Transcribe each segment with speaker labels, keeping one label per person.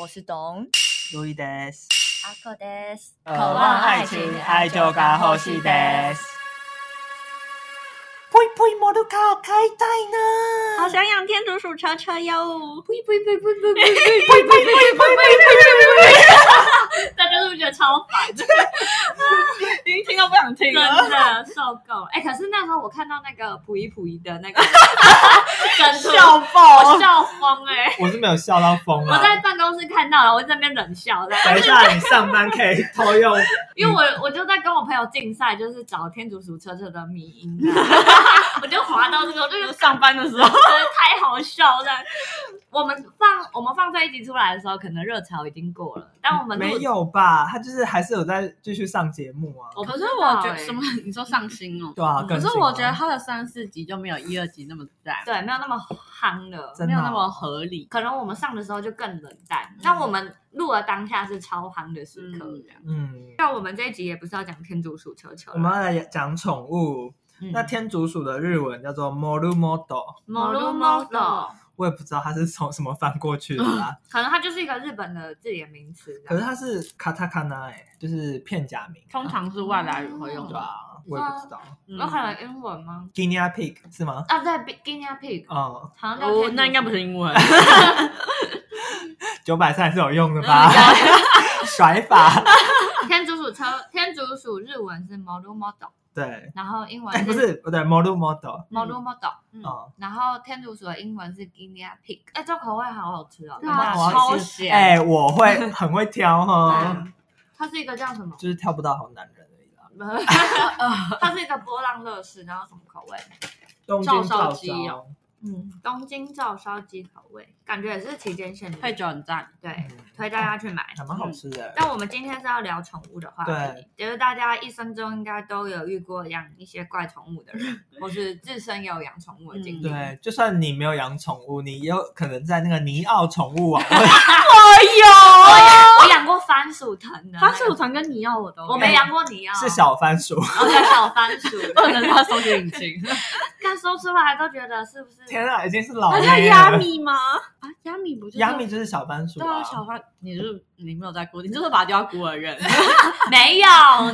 Speaker 1: 我是董
Speaker 2: 路易德斯，
Speaker 1: 阿克德斯，
Speaker 2: 渴望爱情，爱就该欲しいです。ぽいぽいモルカーを買いたいな。
Speaker 3: 好想养天竺鼠车车 哟！
Speaker 1: 呸呸呸呸呸呸！
Speaker 2: ぽいぽいぽいぽいぽい
Speaker 3: 大家是不是觉得超烦？
Speaker 2: 已经听到不想听
Speaker 3: 真
Speaker 2: 了。
Speaker 3: 的受 够了。哎、可是那时候我看到那个溥仪溥仪的那个真的
Speaker 2: 笑
Speaker 3: 我
Speaker 2: 爆！
Speaker 3: 笑疯哎、
Speaker 4: 我是没有笑到疯啊
Speaker 3: 我
Speaker 4: 了。
Speaker 3: 在办公室看到了，我在那边冷笑的，
Speaker 4: 等一下，你上班可以 偷用，
Speaker 3: 因为我我就在跟我朋友竞赛，就是找天竺鼠车车的迷音，我就滑到这个，我就觉得
Speaker 2: 上班的时候，
Speaker 3: 太好笑了。我们放我们放这一集出来的时候，可能热潮已经过了，但我们录
Speaker 4: 没。有吧？他就是还是有在继续上节目啊。
Speaker 3: 我不
Speaker 1: 可
Speaker 3: 知
Speaker 1: 是
Speaker 3: 道
Speaker 1: 我觉得
Speaker 3: 欸
Speaker 1: 什么？ 你说上心哦？
Speaker 4: 对啊，
Speaker 1: 可
Speaker 4: 更
Speaker 1: 是
Speaker 4: 新啊
Speaker 1: 我觉得他的三四集就没有一二集那么赞，
Speaker 3: 对，没有那么夯了，
Speaker 4: 真
Speaker 1: 没
Speaker 4: 的哦
Speaker 1: 有那么合理。
Speaker 3: 可能我们上的时候就更冷淡，但我们录了当下是超夯的时刻。
Speaker 1: 嗯
Speaker 3: 这样，
Speaker 4: 嗯，
Speaker 3: 那、我们这一集也不是要讲天竺鼠球球啦，
Speaker 4: 我们要来讲宠物。
Speaker 1: 嗯
Speaker 4: 那天竺鼠的日文叫做 moru moto，
Speaker 3: 某路某的，
Speaker 4: 我也不知道它是从什么翻过去的啦。
Speaker 3: 可能它就是一个日本的自己的名词。
Speaker 4: 可是它是 katakana 哎，就是片假名。啊
Speaker 1: 通常是外来语会用
Speaker 4: 对
Speaker 1: 的，
Speaker 4: 啊，我也不知道。
Speaker 1: 嗯
Speaker 3: 有可能英文吗？
Speaker 4: Guinea pig 是吗？
Speaker 3: 啊，对，Big Guinea Pig，
Speaker 4: 哦，
Speaker 3: 好像叫
Speaker 1: 哦
Speaker 3: 天竺，鼠
Speaker 1: 那应该不是。英 文，
Speaker 4: 九百三是有用的吧？
Speaker 1: 嗯
Speaker 4: 甩法
Speaker 3: 天竺鼠车，天竺鼠日文是 m o d u m o d o
Speaker 4: 对，
Speaker 3: 然后英文
Speaker 4: 哎不
Speaker 3: 是
Speaker 4: 是不对，moru moto。
Speaker 3: m o d u m o d o
Speaker 1: 嗯
Speaker 4: 哦，
Speaker 3: 然后天竺鼠的英文是 Guinea Pig。哎，这口味好好吃哦，
Speaker 1: 对啊
Speaker 4: 我要
Speaker 1: 超嗯
Speaker 4: 吃
Speaker 1: 咸
Speaker 4: 哎，我会很会挑哈，
Speaker 3: 对它是一个叫什 么？
Speaker 4: 就是挑不到好男人而已啦。
Speaker 3: 它是一个波浪乐事，然后什么口味？
Speaker 4: 东
Speaker 1: 照
Speaker 4: 京
Speaker 1: 烧
Speaker 4: 照
Speaker 1: 鸡哦
Speaker 4: 烧，
Speaker 3: 嗯，东京照烧鸡口味，感觉也是期间限定，
Speaker 1: 配酒很赞。
Speaker 3: 对，推大家去买。
Speaker 4: 嗯还蛮好吃
Speaker 1: 嗯
Speaker 4: 的。
Speaker 3: 但我们今天是要聊宠物的话题，就是大家一生中应该都有遇过养一些怪宠物的人，或是自身有养宠物的经历。
Speaker 4: 对，就算你没有养宠物，你也有可能在那个尼奥宠物 网
Speaker 1: 哎呦，
Speaker 3: 我养过番薯藤的，
Speaker 1: 番薯，藤跟你要我都哦有，
Speaker 3: 我没养过你啊，
Speaker 4: 是小番薯。
Speaker 3: 哦，对小番薯，
Speaker 1: 不能让它搜索引擎。
Speaker 3: 但说出来都觉得是不是？
Speaker 4: 天啊，已经是老
Speaker 1: 它
Speaker 4: 年
Speaker 1: 叫
Speaker 4: 人
Speaker 1: 亚
Speaker 4: 了。
Speaker 1: 米吗？啊，亚米不就是
Speaker 4: 亚米就是小番薯
Speaker 1: 对啊，
Speaker 4: 啊，
Speaker 1: 小番，你就是你没有在孤，你就是把它丢到孤儿院。
Speaker 3: 没有，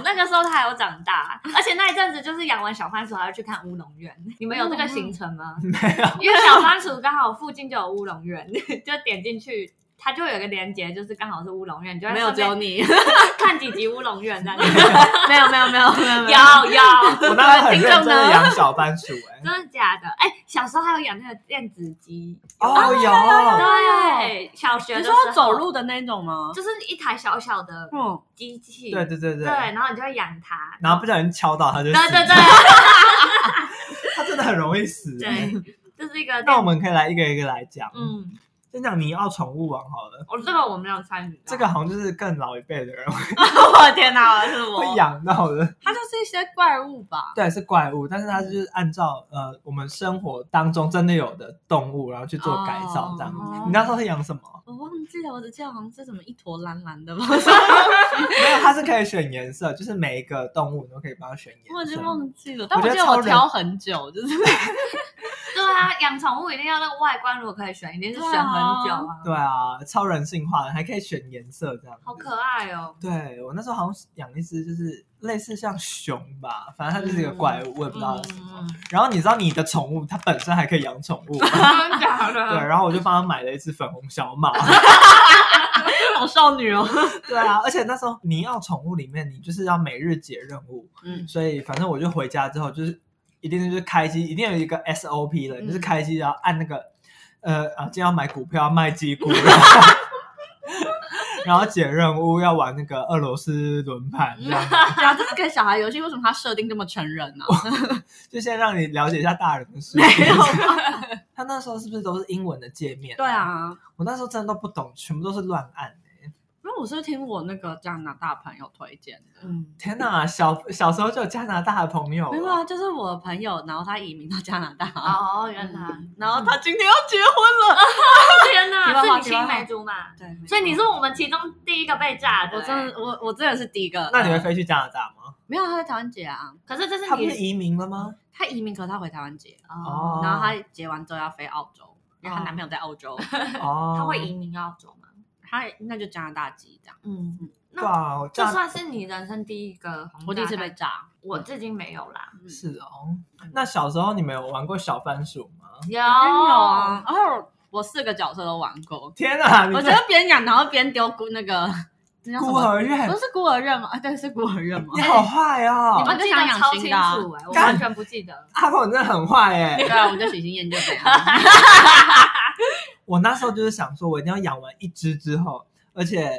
Speaker 3: 那个时候他还有长大，而且那一阵子就是养完小番薯还要去看乌龙院。你们有这个行程吗？没有，因为小番薯刚好附近就有乌龙院， 就点进去。它就有一个连接，就是刚好是乌龙院，你就在
Speaker 1: 没有，
Speaker 3: 上
Speaker 1: 只有
Speaker 3: 面
Speaker 1: 你。
Speaker 3: 看几集乌龙院这样。
Speaker 1: 没有，没有，没有，没有， 没有。
Speaker 3: 有有，
Speaker 4: 我那时候很
Speaker 1: 听
Speaker 4: 认
Speaker 1: 众
Speaker 4: 真的
Speaker 1: 呢
Speaker 4: 养小番薯 哎。
Speaker 3: 真的假的？哎，小时候还有养那个电子鸡，
Speaker 4: 哦，有
Speaker 3: 对，小学的
Speaker 1: 你
Speaker 3: 时
Speaker 1: 说
Speaker 3: 候
Speaker 1: 走，路的那 种吗？
Speaker 3: 就是一台小小的
Speaker 1: 嗯，
Speaker 3: 机器，
Speaker 4: 对对对
Speaker 3: 对，
Speaker 4: 对，
Speaker 3: 然后你就会养它，
Speaker 4: 然后不小心敲到它就
Speaker 3: 对
Speaker 4: 死
Speaker 3: 对
Speaker 4: 掉，
Speaker 3: 对
Speaker 4: 它真的很容易死。欸
Speaker 3: 对，这是一个
Speaker 4: 那我们可以来一个一个来讲，嗯，
Speaker 3: 嗯，
Speaker 4: 先讲尼奥宠物网好了。
Speaker 3: 我这个我没有参与到，
Speaker 4: 这个好像就是更老一辈的人会
Speaker 1: 我的天哪，是我
Speaker 4: 会养到的，
Speaker 1: 它就是一些怪物吧？
Speaker 4: 对，是怪物，但是它就是按照呃我们生活当中真的有的动物，然后去做改造这样。
Speaker 1: 哦
Speaker 4: 你那时候是养什么？
Speaker 1: 我忘记了，我只记得好像是什么一坨蓝蓝 的吧，
Speaker 4: 没有，它是可以选颜色，就是每一个动物你都可以帮它选
Speaker 1: 我
Speaker 4: 颜
Speaker 1: 已经
Speaker 4: 色。
Speaker 1: 忘记了。但我
Speaker 4: 我
Speaker 1: 记
Speaker 4: 觉得
Speaker 1: 得我
Speaker 4: 超人
Speaker 1: 挑很久，就是
Speaker 3: 对啊，养宠物一定要那个外观，如果可以选，一定是选很久啊，
Speaker 4: 对啊，超人性化的，还可以选颜色这样。
Speaker 3: 好可。爱哦。
Speaker 4: 对我那时候好像养一只，就是类似像熊吧，反正它就是一个怪物，我也不知道它是什么。
Speaker 3: 嗯，
Speaker 4: 然后你知道你的宠物它本身还可以养宠物吗，
Speaker 3: 真的假
Speaker 4: 对，
Speaker 3: 的？
Speaker 4: 然后我就帮它买了一只粉红小 马。
Speaker 1: 好少女哦。
Speaker 4: 对啊，而且那时候你要宠物里面，你就是要每日解任务，
Speaker 1: 嗯，
Speaker 4: 所以反正我就回家之后就是一定就是开机，一定有一个 SOP
Speaker 1: 嗯
Speaker 4: 了，就是开机然后按那个呃啊，今天要买股票要卖鸡 股，然后然后解任务要玩那个俄罗斯轮盘这样子，
Speaker 1: 对啊，这是给小孩游戏，为什么它设定这么成人呢？
Speaker 4: 就先让你了解一下大人的世
Speaker 1: 没
Speaker 4: 界
Speaker 1: 有。吧，
Speaker 4: 他那时候是不是都是英文的界面？
Speaker 1: 对，啊。
Speaker 4: 我那时候真的都不懂，全部都是乱按、欸。
Speaker 1: 因为我是听我那个加拿大朋友推荐的，
Speaker 3: 嗯，
Speaker 4: 天哪，小小时候就有加拿大的朋友了，
Speaker 1: 没有啊，就是我朋友，然后他移民到加拿大，嗯
Speaker 3: 哦，原来，
Speaker 1: 然
Speaker 4: 嗯
Speaker 1: 后他今天要结婚了，
Speaker 3: 天
Speaker 1: 题
Speaker 3: 哪，
Speaker 1: 外
Speaker 3: 是
Speaker 1: 话
Speaker 3: 你
Speaker 1: 题外
Speaker 3: 青
Speaker 1: 话
Speaker 3: 梅竹马，
Speaker 1: 对
Speaker 3: 所以你是我们其中第一个被炸的。
Speaker 1: 我真
Speaker 3: 欸，
Speaker 1: 的，我我真的是第一个。
Speaker 4: 那你会
Speaker 1: 呃
Speaker 4: 飞去加拿大吗？
Speaker 1: 没有？他在台湾结啊，
Speaker 3: 可是这是
Speaker 4: 他不是
Speaker 3: 你
Speaker 4: 移民了吗？
Speaker 1: 他移民，可是他回台湾结，
Speaker 3: 哦，
Speaker 4: 哦
Speaker 1: 嗯然后哦 他结完之后要飞澳洲，因为她男朋友在澳洲，
Speaker 4: 哦，
Speaker 3: 他会移民澳洲吗？
Speaker 1: 他那就加拿大籍这样。
Speaker 3: 嗯，那
Speaker 4: 对啊，我这
Speaker 3: 这
Speaker 4: 样
Speaker 3: 算是你人生第一个红
Speaker 1: 我第一次被
Speaker 3: 炸
Speaker 1: 炸，
Speaker 3: 弹，我至今没有啦。
Speaker 4: 是哦。
Speaker 1: 嗯
Speaker 4: 那小时候你们有玩过小番薯
Speaker 1: 哦
Speaker 4: 吗？
Speaker 3: 有
Speaker 1: 真有啊！
Speaker 3: 哦
Speaker 1: 然 后我四个角色都玩过，
Speaker 4: 天啊，你
Speaker 1: 我觉
Speaker 4: 这
Speaker 1: 得边养然后边丢孤那个，这叫什么
Speaker 4: 孤儿院
Speaker 1: 不，是孤儿院吗？啊，对，是孤儿院吗
Speaker 4: 你？好坏哦
Speaker 3: 你！们记得超清
Speaker 1: 啊
Speaker 3: 楚哎、我
Speaker 4: 干
Speaker 3: 完全不记 得。
Speaker 4: 阿鹏你真的很坏哎、
Speaker 1: 对啊，我就喜新厌旧这样。
Speaker 4: 我那时候就是想说，我一定要养完一只之后，而且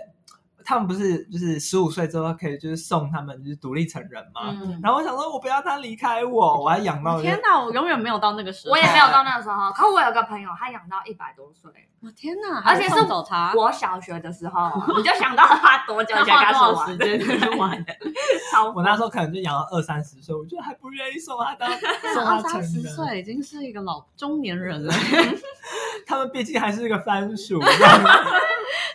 Speaker 4: 他们不是就是十五岁之后可以就是送他们就是独立成人嘛。
Speaker 3: 嗯，
Speaker 4: 然后我想说，我不要他离开我，我要养到
Speaker 1: 天哪，我永远没有到那个时候。
Speaker 3: 我也没有到那个时候，可我有个朋友，他养到一百多岁。
Speaker 1: 我天哪，
Speaker 3: 而且是
Speaker 1: 还有送走他，
Speaker 3: 我小学的时候，你就想到他多久以
Speaker 1: 他
Speaker 3: 前
Speaker 1: 花
Speaker 3: 开始
Speaker 1: 多少时
Speaker 3: 玩，
Speaker 1: 间在玩？
Speaker 3: 超
Speaker 4: 我那时候可能就养到二三十岁，我就还不愿意送他 当送
Speaker 1: 啊二
Speaker 4: 他成
Speaker 1: 三十
Speaker 4: 人。
Speaker 1: 岁已经是一个老中年人了，
Speaker 4: 他们毕竟还是个番薯，这样子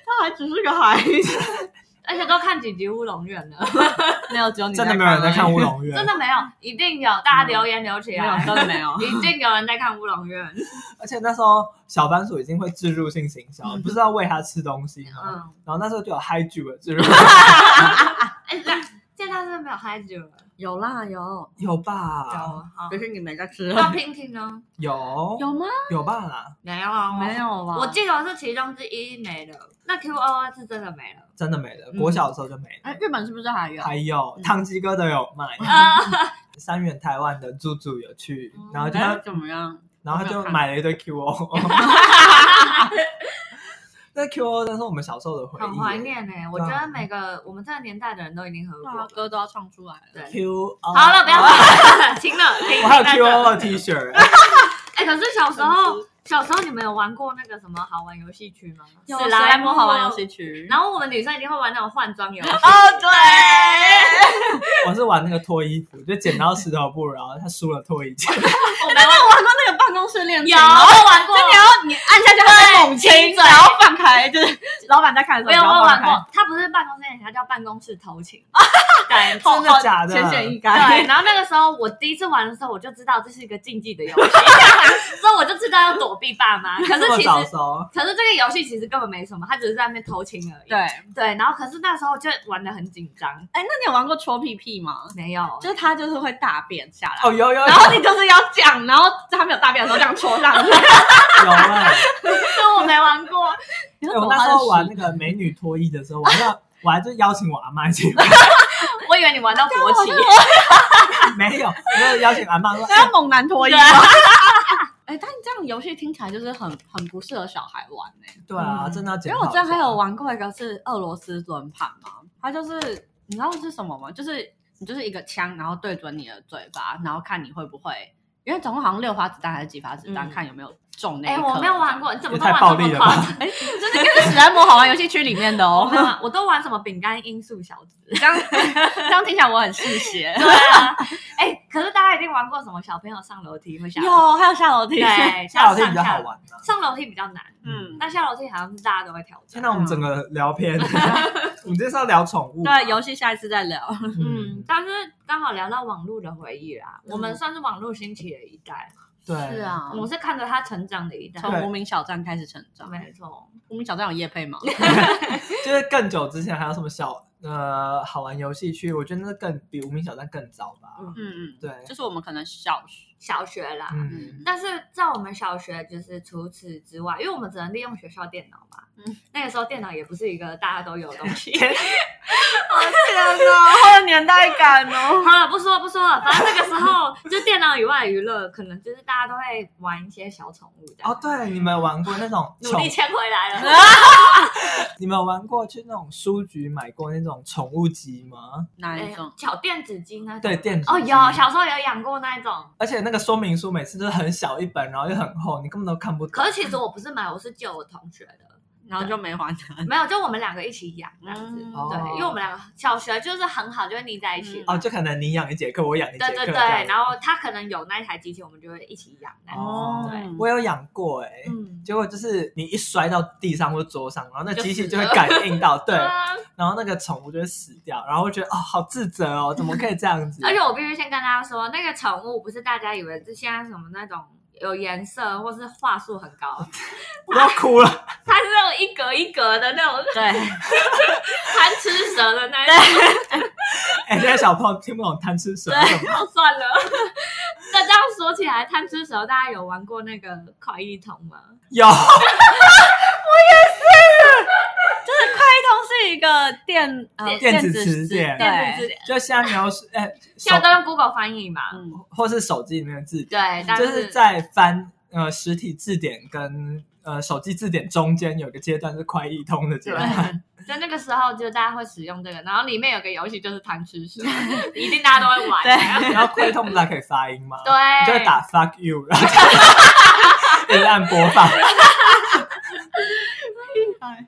Speaker 1: 他还只是个孩子。
Speaker 3: 而且都看几集《乌龙院》了，
Speaker 1: 没有，只有你
Speaker 4: 真的没有人在看《乌
Speaker 1: 我，
Speaker 4: 龙院
Speaker 3: 真》。的没有，一定有，大家留言留起
Speaker 1: 嗯没
Speaker 3: 来
Speaker 1: 有，，真的没 有。
Speaker 3: 一定有人在看《乌龙院》。
Speaker 4: 而且那时候小番薯已经会植入性行销，不是要喂它吃东西吗？
Speaker 3: 嗯，
Speaker 4: 然后那时候就有 Hi j u 的植入，
Speaker 3: 哎，对，现在是没有孩子了，
Speaker 1: 有啦有，
Speaker 4: 有
Speaker 3: 有
Speaker 4: 吧？
Speaker 3: 好。
Speaker 1: 可是你没在吃。啊
Speaker 3: 那 Pinky 呢？
Speaker 4: 有
Speaker 1: 有啊吗？
Speaker 4: 有吧啦，
Speaker 3: 没有啊，
Speaker 1: 没。有吧？
Speaker 3: 我记得是其中之一没了，那 Q O O 是真的没了。
Speaker 4: 真的没了。
Speaker 1: 嗯
Speaker 4: 国小的时候就没了。
Speaker 1: 哎，日本是不是还有？
Speaker 4: 还有
Speaker 1: 嗯
Speaker 4: 汤鸡哥都有卖，
Speaker 3: 啊，
Speaker 4: 三元台湾的猪猪有去
Speaker 3: 嗯，
Speaker 4: 然后就
Speaker 1: 哎
Speaker 4: 他
Speaker 1: 怎么样？
Speaker 4: 然后他
Speaker 1: 我没有
Speaker 4: 就
Speaker 1: 看
Speaker 4: 买了一堆 QO。那 QO 那是我们小时候的回忆，
Speaker 3: 很怀。念呢、我觉得每
Speaker 4: 嗯
Speaker 3: 个我们这个年代的人都已经喝
Speaker 1: 对啊，
Speaker 3: 过。
Speaker 1: 歌都要唱出来了。
Speaker 3: 对，
Speaker 4: QO
Speaker 3: 好了，不要了，
Speaker 1: 哦
Speaker 3: 停了，停。
Speaker 4: 我还有
Speaker 3: 停在这
Speaker 4: QO 的 T 恤，
Speaker 3: 哎、可是小时候，小时候你们有玩过那个什么好玩游戏区吗？
Speaker 1: 有啊
Speaker 3: 史
Speaker 1: 史莱姆
Speaker 3: 姆
Speaker 1: 好玩游戏。区，
Speaker 3: 然后我们女生一定会玩那种换装游戏，
Speaker 1: 哦对，
Speaker 4: 我是玩那个脱衣服，就剪刀石头布，然后他输了脱衣机。
Speaker 1: 我没有玩过那个办公室恋情
Speaker 3: 有
Speaker 1: 吗。
Speaker 3: 我玩过
Speaker 1: 就，你要你按下去，它会猛
Speaker 3: 亲
Speaker 1: 亲，
Speaker 3: 嘴
Speaker 1: 然后放开，就是老板在看的
Speaker 3: 没
Speaker 1: 时
Speaker 3: 有
Speaker 1: 候，
Speaker 3: 我有
Speaker 1: 不要
Speaker 3: 玩
Speaker 1: 放开。
Speaker 3: 过。它不是办公室恋情，它叫办公室偷情。 对，偷
Speaker 4: 真的假的？
Speaker 1: 浅显易
Speaker 3: 对，
Speaker 1: 干。
Speaker 3: 然后那个时候我第一次玩的时候，我就知道这是一个竞技的游 戏，所以我就知道要躲避爸妈。可是
Speaker 4: 这么
Speaker 3: 其实，
Speaker 4: 早
Speaker 1: 啊
Speaker 4: 熟，
Speaker 3: 可是这个游戏其实根本没什么，他只是在那边偷情而已。
Speaker 1: 对，
Speaker 3: 对，然后可是那时候就玩的很紧张，
Speaker 1: 哎哎，那你有玩过戳屁屁吗？
Speaker 3: 没有，
Speaker 1: 就是它就是会大便下来，
Speaker 4: 哦，有有有
Speaker 1: 然后你就是要这样，然后它没有大便的时候这样戳上 去。
Speaker 4: 有 哎！
Speaker 3: 所以我没玩过。
Speaker 1: 你
Speaker 4: 哎
Speaker 1: 会
Speaker 4: 我
Speaker 1: 懂
Speaker 4: 那
Speaker 1: 它
Speaker 4: 时
Speaker 1: 的
Speaker 4: 候玩
Speaker 1: 屎
Speaker 4: 那个美女脱衣的时候，我还要我还就邀请我阿妈一起玩，
Speaker 3: 我以为你玩到国旗，
Speaker 4: 没有，没有邀请阿妈说，
Speaker 1: 还要猛男脱衣
Speaker 3: 对
Speaker 1: 吗
Speaker 3: 啊
Speaker 1: 哎，但这样游戏听起来就是很很不适合小孩玩哎。
Speaker 4: 对啊，
Speaker 3: 嗯
Speaker 4: 真的要
Speaker 1: 因
Speaker 4: 剪。
Speaker 1: 为我之前还有，玩过一个是俄罗斯轮盘嘛，它就是你知道是什么吗？就是你就是一个枪，然后对准你的嘴巴，然后看你会不会，因为总共好像六发子弹还是几发子弹，
Speaker 3: 嗯
Speaker 1: 看有没有中那一
Speaker 3: 哎，
Speaker 1: 颗。
Speaker 3: 我没有玩，过，你怎么
Speaker 4: 也
Speaker 3: 都
Speaker 4: 太
Speaker 3: 玩
Speaker 4: 暴
Speaker 3: 那
Speaker 4: 力
Speaker 3: 么
Speaker 4: 了
Speaker 3: 夸
Speaker 4: 吧
Speaker 3: 张？！
Speaker 1: 哎， 就是那个是史莱姆好玩游戏区里面的
Speaker 3: 我
Speaker 1: 哦
Speaker 3: 没。有玩我都玩什么饼干音速小子？
Speaker 1: 这样这样听起来我很嗜血。
Speaker 3: 对啊，哎，可是大家一定玩过什么小朋友上楼梯会下？
Speaker 1: 有，还有下楼梯。
Speaker 3: 对，
Speaker 4: 下
Speaker 3: 像
Speaker 4: 楼梯比
Speaker 3: 上
Speaker 4: 较好
Speaker 3: 下
Speaker 4: 玩啊。
Speaker 3: 上楼梯比较难，
Speaker 1: 嗯，
Speaker 3: 但下楼梯好像是大家都会挑
Speaker 4: 现
Speaker 3: 战。
Speaker 4: 在我们整个聊偏， 我们这是要聊宠物吧，
Speaker 1: 对，啊游戏下一次再聊。
Speaker 3: 嗯，但是刚好聊到网络的回忆啦，
Speaker 1: 嗯
Speaker 3: 我们算是网络兴起的一代，
Speaker 4: 对，
Speaker 1: 是，啊
Speaker 3: 我，们是看着它成长的一代。
Speaker 1: 从无名小站开始成长。
Speaker 3: 没错，
Speaker 1: 无名小站有夜配吗？
Speaker 4: 就是更久之前还有什么小呃好玩游戏区，我觉得那更比无名小站更早吧。
Speaker 3: 嗯
Speaker 1: 嗯嗯，
Speaker 4: 对，
Speaker 1: 就是我们可能小学。
Speaker 3: 小学啦。
Speaker 4: 嗯，
Speaker 3: 但是在我们小学，就是除此之外，因为我们只能利用学校电脑嘛，
Speaker 1: 嗯
Speaker 3: 那个时候电脑也不是一个大家都有的东 西。
Speaker 1: 天哪，好有年代感哦！
Speaker 3: 好了，不说了不说了，反正那个时候就电脑以外的娱乐，可能就是大家都会玩一些小宠物这样。
Speaker 4: 哦，对，你们有玩过那种
Speaker 3: 努
Speaker 4: 宠
Speaker 3: 力，牵回来了。
Speaker 1: 啊
Speaker 4: 你们有玩过去那种书局买过那种宠物机吗？
Speaker 1: 哪
Speaker 3: 哎
Speaker 1: 一种？
Speaker 3: 小电子机那种
Speaker 4: 对，电子
Speaker 3: 哦，有
Speaker 4: 机
Speaker 3: 小时候有养过那一种，
Speaker 4: 而且那个说明书每次都是很小一本，然后又很厚，你根本都看不懂。
Speaker 3: 可是其实我不是买，我是借我同学的，
Speaker 1: 然后就没还他。
Speaker 3: 没有，就我们两个一起养这样子。
Speaker 1: 嗯
Speaker 4: 哦
Speaker 3: 对，因为我们两个小学就是很好，就会腻在一起。
Speaker 1: 嗯
Speaker 4: 哦，就可能你养一节课，我养一节
Speaker 3: 对
Speaker 4: 课
Speaker 3: 对
Speaker 4: 这
Speaker 3: 对，
Speaker 4: 样。
Speaker 3: 然后他可能有那一台机器，我们就会一起养那样。
Speaker 4: 哦
Speaker 3: 对
Speaker 4: 我有养过哎、
Speaker 3: 嗯，
Speaker 4: 结果就是你一摔到地上或桌上，然后那
Speaker 3: 就
Speaker 4: 机器
Speaker 3: 死
Speaker 4: 就会
Speaker 3: 了
Speaker 4: 感应 到，对，
Speaker 3: 啊
Speaker 4: 然后那个宠物就会死掉，然后我觉得哦，好自责哦，怎么可以这样子？
Speaker 3: 而且我必须先跟大家说，那个宠物不是大家以为是现在什么那种有颜色或是话术很 高，
Speaker 4: 我要哭了。
Speaker 3: 它是那种一格一格的那种
Speaker 1: 对，
Speaker 3: 贪吃蛇的那一种。
Speaker 4: 哎，现在小朋友听不懂贪吃蛇是什么，
Speaker 3: 哦，算了。那这样说起来，贪吃蛇大家有玩过那个快一桶吗？
Speaker 4: 有
Speaker 1: 就是快一通是一个 电呃
Speaker 4: 电子
Speaker 1: 子
Speaker 4: 词典
Speaker 1: 对
Speaker 3: 电子字典
Speaker 4: 就现在没有哎，手
Speaker 3: 现在都用 Google 翻译嘛？
Speaker 1: 嗯，
Speaker 4: 或是手机里面的字典。
Speaker 3: 对，但
Speaker 4: 就是
Speaker 3: 是
Speaker 4: 在翻呃实体字典跟呃手机字典中间有一个阶段是快易通的阶段，
Speaker 3: 对， 就那个时候就大家会使用这个，然后里面有个游戏就是贪吃蛇， 一定大家都会玩。
Speaker 1: 对
Speaker 4: 然后快易通不是还可以发音吗？
Speaker 3: 对，
Speaker 4: 你就会打 fuck you，然后 就一直按播放。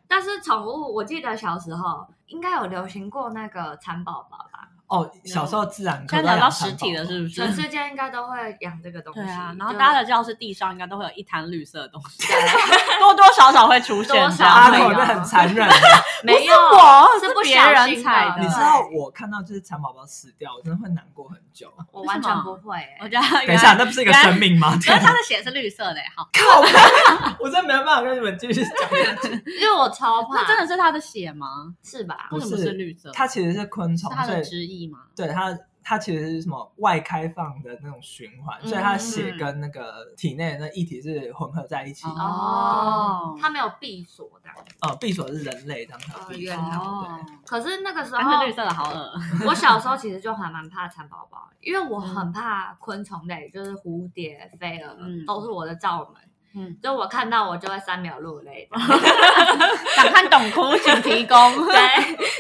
Speaker 3: 但是宠物，我记得小时候应该有流行过那个蚕宝宝吧，
Speaker 4: 哦，小时候自然课
Speaker 1: 现
Speaker 4: 都要
Speaker 1: 在讲到
Speaker 4: 养
Speaker 1: 实体了，
Speaker 4: 蚕宝宝，
Speaker 1: 是不
Speaker 3: 全
Speaker 1: 是？
Speaker 3: 世界应该都会养这个东西。
Speaker 1: 对啊，然后
Speaker 3: 就
Speaker 1: 大家的教室地上应该都会有一滩绿色的东西，啊
Speaker 3: 对
Speaker 1: 多多少少会出现
Speaker 3: 多
Speaker 1: 这
Speaker 3: 少
Speaker 1: 样。啊
Speaker 4: 阿
Speaker 3: 会
Speaker 4: 口
Speaker 3: 有
Speaker 4: 就很残忍 的。
Speaker 3: 没有，
Speaker 1: 我
Speaker 3: 是不
Speaker 1: 别
Speaker 3: 小
Speaker 1: 人
Speaker 3: 心
Speaker 1: 踩
Speaker 3: 的
Speaker 1: 的，
Speaker 4: 你知道我看到就是蚕宝宝死掉，我真的会难过很久。
Speaker 1: 哦
Speaker 3: 我完全不会、
Speaker 1: 我
Speaker 3: 欸。
Speaker 1: 觉得
Speaker 4: 等一下，，那不是一个生命吗？
Speaker 1: 原
Speaker 4: 天
Speaker 1: 来
Speaker 4: 哪
Speaker 1: 他的血是绿色的，好，
Speaker 4: 靠！ 我真的没有办法跟你们继续讲 下去。
Speaker 3: 因为我超怕，
Speaker 1: 那真的是他的血吗？
Speaker 3: 是吧？
Speaker 1: 为什么
Speaker 4: 不是
Speaker 1: 是绿色？
Speaker 4: 它其实是昆
Speaker 1: 是
Speaker 4: 虫，
Speaker 1: 他
Speaker 4: 所
Speaker 1: 的
Speaker 4: 以
Speaker 1: 汁液吗？
Speaker 4: 对它，它其实是什么外开放的那种循环，所以它的血
Speaker 1: 嗯
Speaker 4: 跟那个体内的那液体是混合在一起。
Speaker 1: 哦
Speaker 3: 哦，它没有闭锁的。
Speaker 4: 呃，闭锁是人类当场闭锁。
Speaker 3: 原来
Speaker 1: 哦，
Speaker 3: 可是那个时
Speaker 1: 但是
Speaker 3: 候
Speaker 1: 啊绿，色的好恶，
Speaker 3: 我小时候其实就还蛮怕蚕宝宝，因为我
Speaker 4: 嗯
Speaker 3: 很怕昆虫类，就是蝴蝶、飞蛾，
Speaker 1: 嗯
Speaker 3: 都是我的罩门。
Speaker 1: 嗯，
Speaker 3: 就我看到我就会三秒 落泪的。
Speaker 1: 想看懂哭请提供。
Speaker 3: 对，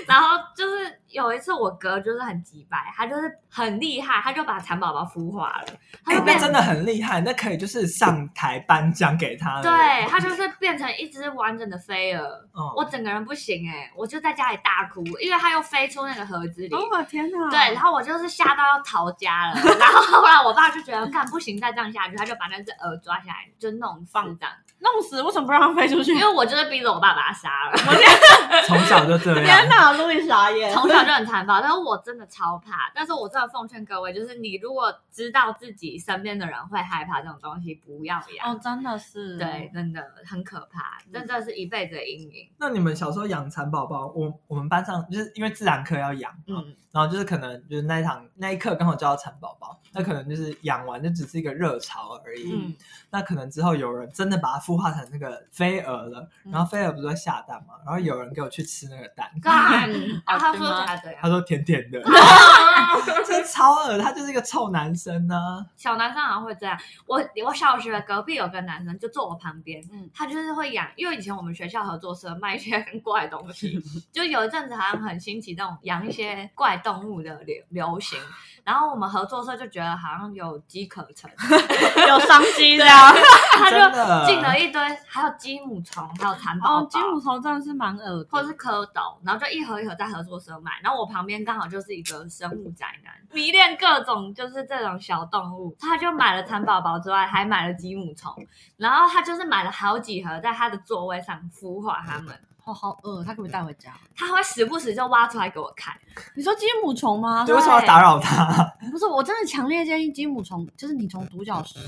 Speaker 3: 然后就是有一次我哥就是很急白，他就是很厉害，他就把蚕宝宝孵化了，他
Speaker 4: 哎、
Speaker 3: 就
Speaker 4: 那
Speaker 3: 变
Speaker 4: 真的很厉害，那可以就是上台颁奖给他。
Speaker 3: 对，他就是变成一只完整的飞蛾。
Speaker 4: 嗯，
Speaker 3: 我整个人不行哎、我就在家里大哭，因为它又飞出那个盒子里。
Speaker 4: 哦
Speaker 1: 我哦天哪
Speaker 3: 对，然，后我就是吓到要逃家了，然后后来我爸就觉得干不行，再这样下去，他就把那只鹅抓下来就弄放这样，
Speaker 1: 弄死为什么不让它飞出去
Speaker 3: 因？为我就是逼着我爸把它杀了，
Speaker 4: 从小就这
Speaker 1: 天
Speaker 4: 样。
Speaker 1: 哪，路易啊傻眼。
Speaker 3: 从小就很残暴，但是我真的超怕。但是我真的奉劝各位，就是你如果知道自己身边的人会害怕这种东西，不要养。
Speaker 1: 哦，真的是
Speaker 3: 对，，真的很可怕，真的是一辈子的阴影。
Speaker 4: 那你们小时候养蚕宝宝，我我们班上就是因为自然课要养，嗯，
Speaker 3: 嗯，
Speaker 4: 然后就是可能就是那一堂那一课刚好教到蚕宝宝，那可能就是养完就只是一个热潮而已，
Speaker 3: 嗯，
Speaker 4: 那可能之后有人真的把它孵化成那个飞蛾了，然后飞蛾不是会下蛋嘛，然后有人给我去吃那个蛋，
Speaker 3: 嗯干，啊他
Speaker 1: 真
Speaker 3: 说
Speaker 1: 的吗
Speaker 3: 起来怎样
Speaker 4: 他？说甜甜 的，真的超恶，他就是一个臭男生啊呢、
Speaker 3: 小男生好像会这样。我我小学隔壁有个男生就坐我旁边，
Speaker 1: 嗯
Speaker 3: 他就是会养，因为以前我们学校合作社卖一些很怪的东 西，就有一阵子好像很兴起那种养一些怪动物的流流行，然后我们合作社就觉得好像有机可乘，
Speaker 1: 有商机这样。
Speaker 3: 他
Speaker 4: 真
Speaker 3: 就
Speaker 4: 的
Speaker 3: 进了一堆，还有鸡母虫，还有蚕宝
Speaker 1: 哦，
Speaker 3: 宝
Speaker 1: 金。乳头真的是蛮恶的，
Speaker 3: 或者是蝌蚪，然后就一盒一盒在合作社买，然后我旁边刚好就是一个生物宅男，迷恋各种就是这种小动物，他就买了蚕宝宝之外，还买了鸡母虫，然后他就是买了好几盒在他的座位上孵化它们，
Speaker 1: 哦，好恶，它可不可以带回家？
Speaker 3: 他会时不时就挖出来给我看，
Speaker 1: 你说金母虫吗？
Speaker 4: 对，为什么要打扰他？
Speaker 1: 不是，我真的强烈建议金母虫，就是你从独角
Speaker 3: 仙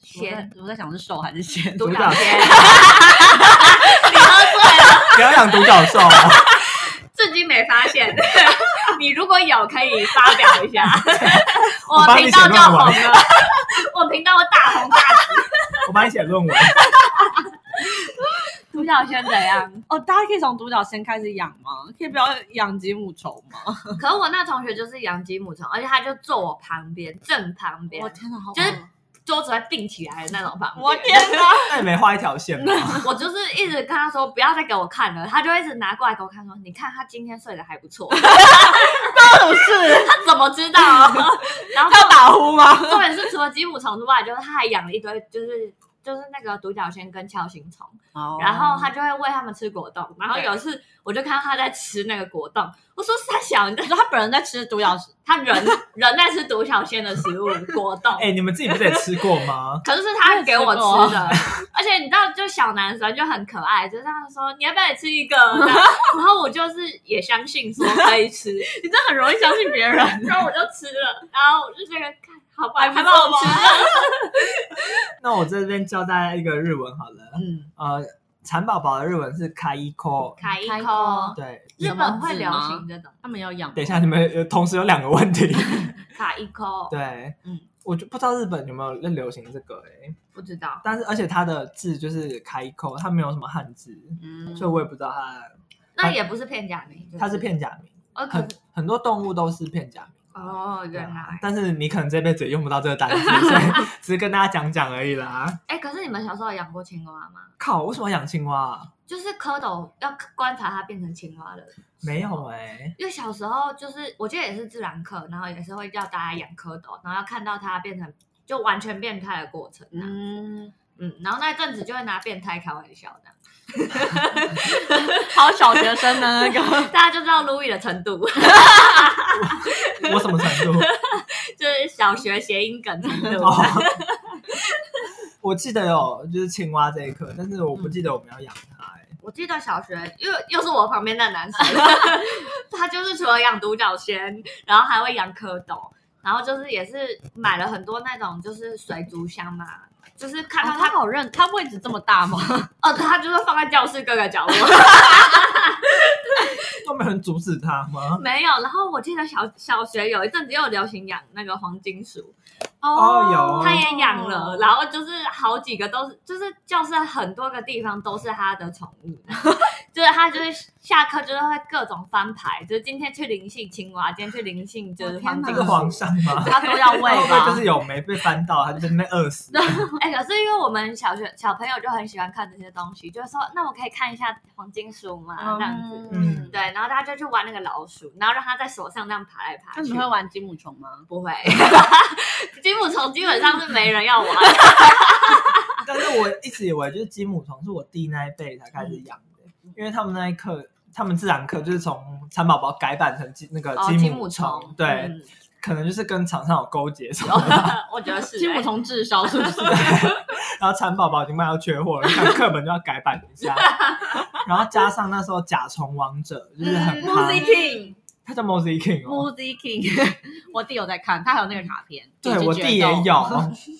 Speaker 1: 仙，我在想是兽还是仙？
Speaker 3: 独
Speaker 4: 角
Speaker 3: 角
Speaker 4: 仙
Speaker 3: 仙，你喝醉了，
Speaker 4: 不要养独角兽、啊，
Speaker 3: 自己没发现， 你如果有可以发表一下，我
Speaker 4: 帮你
Speaker 3: 频道
Speaker 4: 写
Speaker 3: 就
Speaker 4: 论
Speaker 3: 红
Speaker 4: 文
Speaker 3: 了，我频道我大红大紫，
Speaker 4: 我帮你写 论文。
Speaker 3: 独角仙怎样？
Speaker 1: 哦，大家可以从独角仙开始养吗？可以不要养金母虫吗？
Speaker 3: 可我那同学就是养吉母虫，而且他就坐我旁边，正旁边
Speaker 1: 我，天哪，好恶
Speaker 3: 就是桌子会并起来的那种旁边。
Speaker 1: 啊我天哪！
Speaker 4: 那你没画一条线吗？
Speaker 3: 我就是一直跟他说不要再给我看了，他就一直拿过来给我看说，你看他今天睡得还不错，
Speaker 1: 到底 是
Speaker 3: 他怎么知道？然后
Speaker 1: 要打呼吗？
Speaker 3: 重点是除了吉母虫之外，就是他还养了一堆就是。就是那个独角仙跟锹形虫，
Speaker 1: 哦
Speaker 3: 然后他就会喂他们吃果冻。然后有一次，我就看到他在吃那个果冻，我说三小，你在
Speaker 1: 你说他本人在吃独角仙，
Speaker 3: 他人 人在吃独角仙的食物果冻。
Speaker 4: 哎、你们自己不是也吃过吗？
Speaker 3: 可是是他给我吃的， 而且你知道，就小男生就很可爱，就这样说你要不要也吃一个？ 这样然后我就是也相信说可以吃，
Speaker 1: 你真的很容易相信别人。
Speaker 3: 然后我就吃了，然后我就觉得看好吧，还蛮好吃的。
Speaker 4: 那我这边教大家一个日文好了，
Speaker 1: 嗯，
Speaker 4: 呃，蚕宝宝的日文是卡伊扣，
Speaker 3: 开一
Speaker 1: 开
Speaker 3: 口
Speaker 1: 口，
Speaker 4: 对。
Speaker 3: 日本会流行这种
Speaker 1: 他们要养吗。
Speaker 4: 等一下，你们有同时有两个问题，
Speaker 3: 卡一口，
Speaker 4: 对，
Speaker 1: 嗯
Speaker 4: 我就不知道日本有没有在流行这个哎、
Speaker 1: 不知道，
Speaker 4: 但是而且它的字就是开扣，它没有什么汉字，
Speaker 1: 嗯，
Speaker 4: 所以我也不知道它
Speaker 3: 那也不是片假名，就
Speaker 4: 它是片假名，
Speaker 3: 哦，可
Speaker 4: 很
Speaker 3: 是
Speaker 4: 很多动物都是片假名。
Speaker 3: 哦，
Speaker 4: 对
Speaker 3: 原
Speaker 4: 啊
Speaker 3: 来，
Speaker 4: 但是你可能这辈子也用不到这个单词，所以只是跟大家讲讲而已啦。
Speaker 3: 哎，可是你们小时候有养过青蛙吗？
Speaker 4: 靠，为什么要养青蛙啊？
Speaker 3: 就是蝌蚪要观察它变成青蛙了，
Speaker 4: 没有哎、
Speaker 3: 因为小时候就是我记得也是自然课，然后也是会叫大家养蝌蚪，然后要看到它变成就完全变态的过程、啊，嗯
Speaker 1: 嗯，
Speaker 3: 然后那阵子就会拿变态开玩笑的，
Speaker 1: 好小学生的那 个，
Speaker 3: 大家就知道 Louis 的程度，
Speaker 4: 我什么程度？
Speaker 3: 就是小学谐音梗程度。
Speaker 4: 哦， 我记得有就是青蛙这一课，但是我不记得我们要养它、欸。
Speaker 3: 我记得小学，又又是我旁边那男生， 他就是除了养独角仙，然后还会养蝌蚪，然后就是也是买了很多那种就是水族箱嘛，就是看到
Speaker 1: 啊他
Speaker 3: 他
Speaker 1: 好认，他位置这么大吗？
Speaker 3: 哦，他就是放在教室各个角落，
Speaker 4: 都没有人阻止它吗？
Speaker 3: 没有。然后我记得小小学有一阵子又流行养那个黄金鼠，
Speaker 4: 哦有
Speaker 3: 他也养了，然后就是好几个都是，就是教室很多个地方都是他的宠物， 就是他就是下课就是会各种翻牌，就是今天去灵性青蛙，今天去灵性就是黄金
Speaker 4: 这个
Speaker 1: 我哦天哪
Speaker 4: 皇
Speaker 3: 鼠。
Speaker 4: 上吗？
Speaker 1: 他都要喂
Speaker 4: 会 不
Speaker 1: 吧？
Speaker 4: 会就是有没被翻到，它就被那边饿死？
Speaker 3: 哎、可是因为我们小学小朋友就很喜欢看这些东西，就是说那我可以看一下黄金鼠嘛，这样子。
Speaker 4: 嗯
Speaker 3: 对，然后大家就去玩那个老鼠，然后让它在手上那样爬来爬
Speaker 1: 那你
Speaker 3: 去。
Speaker 1: 们会玩金母虫吗？
Speaker 3: 不会，金母虫基本上是没人要玩。
Speaker 4: 但是我一直以为就是金母虫是我弟那一辈才开始养的，
Speaker 3: 嗯
Speaker 4: 因为他们那一刻，他们自然课就是从蚕宝宝改版成金那个
Speaker 3: 哦，
Speaker 4: 金
Speaker 3: 金母虫，
Speaker 4: 对，
Speaker 3: 嗯
Speaker 4: 可能就是跟厂商有勾结什么，
Speaker 3: 我觉得是、
Speaker 1: 金母虫滞销 是不是？
Speaker 4: 然后蚕宝宝已经卖到缺货了，看课本就要改版一 下，然后加上那时候甲虫王者就是很
Speaker 1: 嗯
Speaker 4: 夯，
Speaker 3: 啊
Speaker 1: Music King
Speaker 4: 他叫 Mosey King 哦，
Speaker 1: Movie King，我 弟有在看，他还有那个卡片。
Speaker 4: 对
Speaker 1: 一直
Speaker 4: 我
Speaker 1: 决
Speaker 4: 弟也
Speaker 1: 斗
Speaker 4: 有，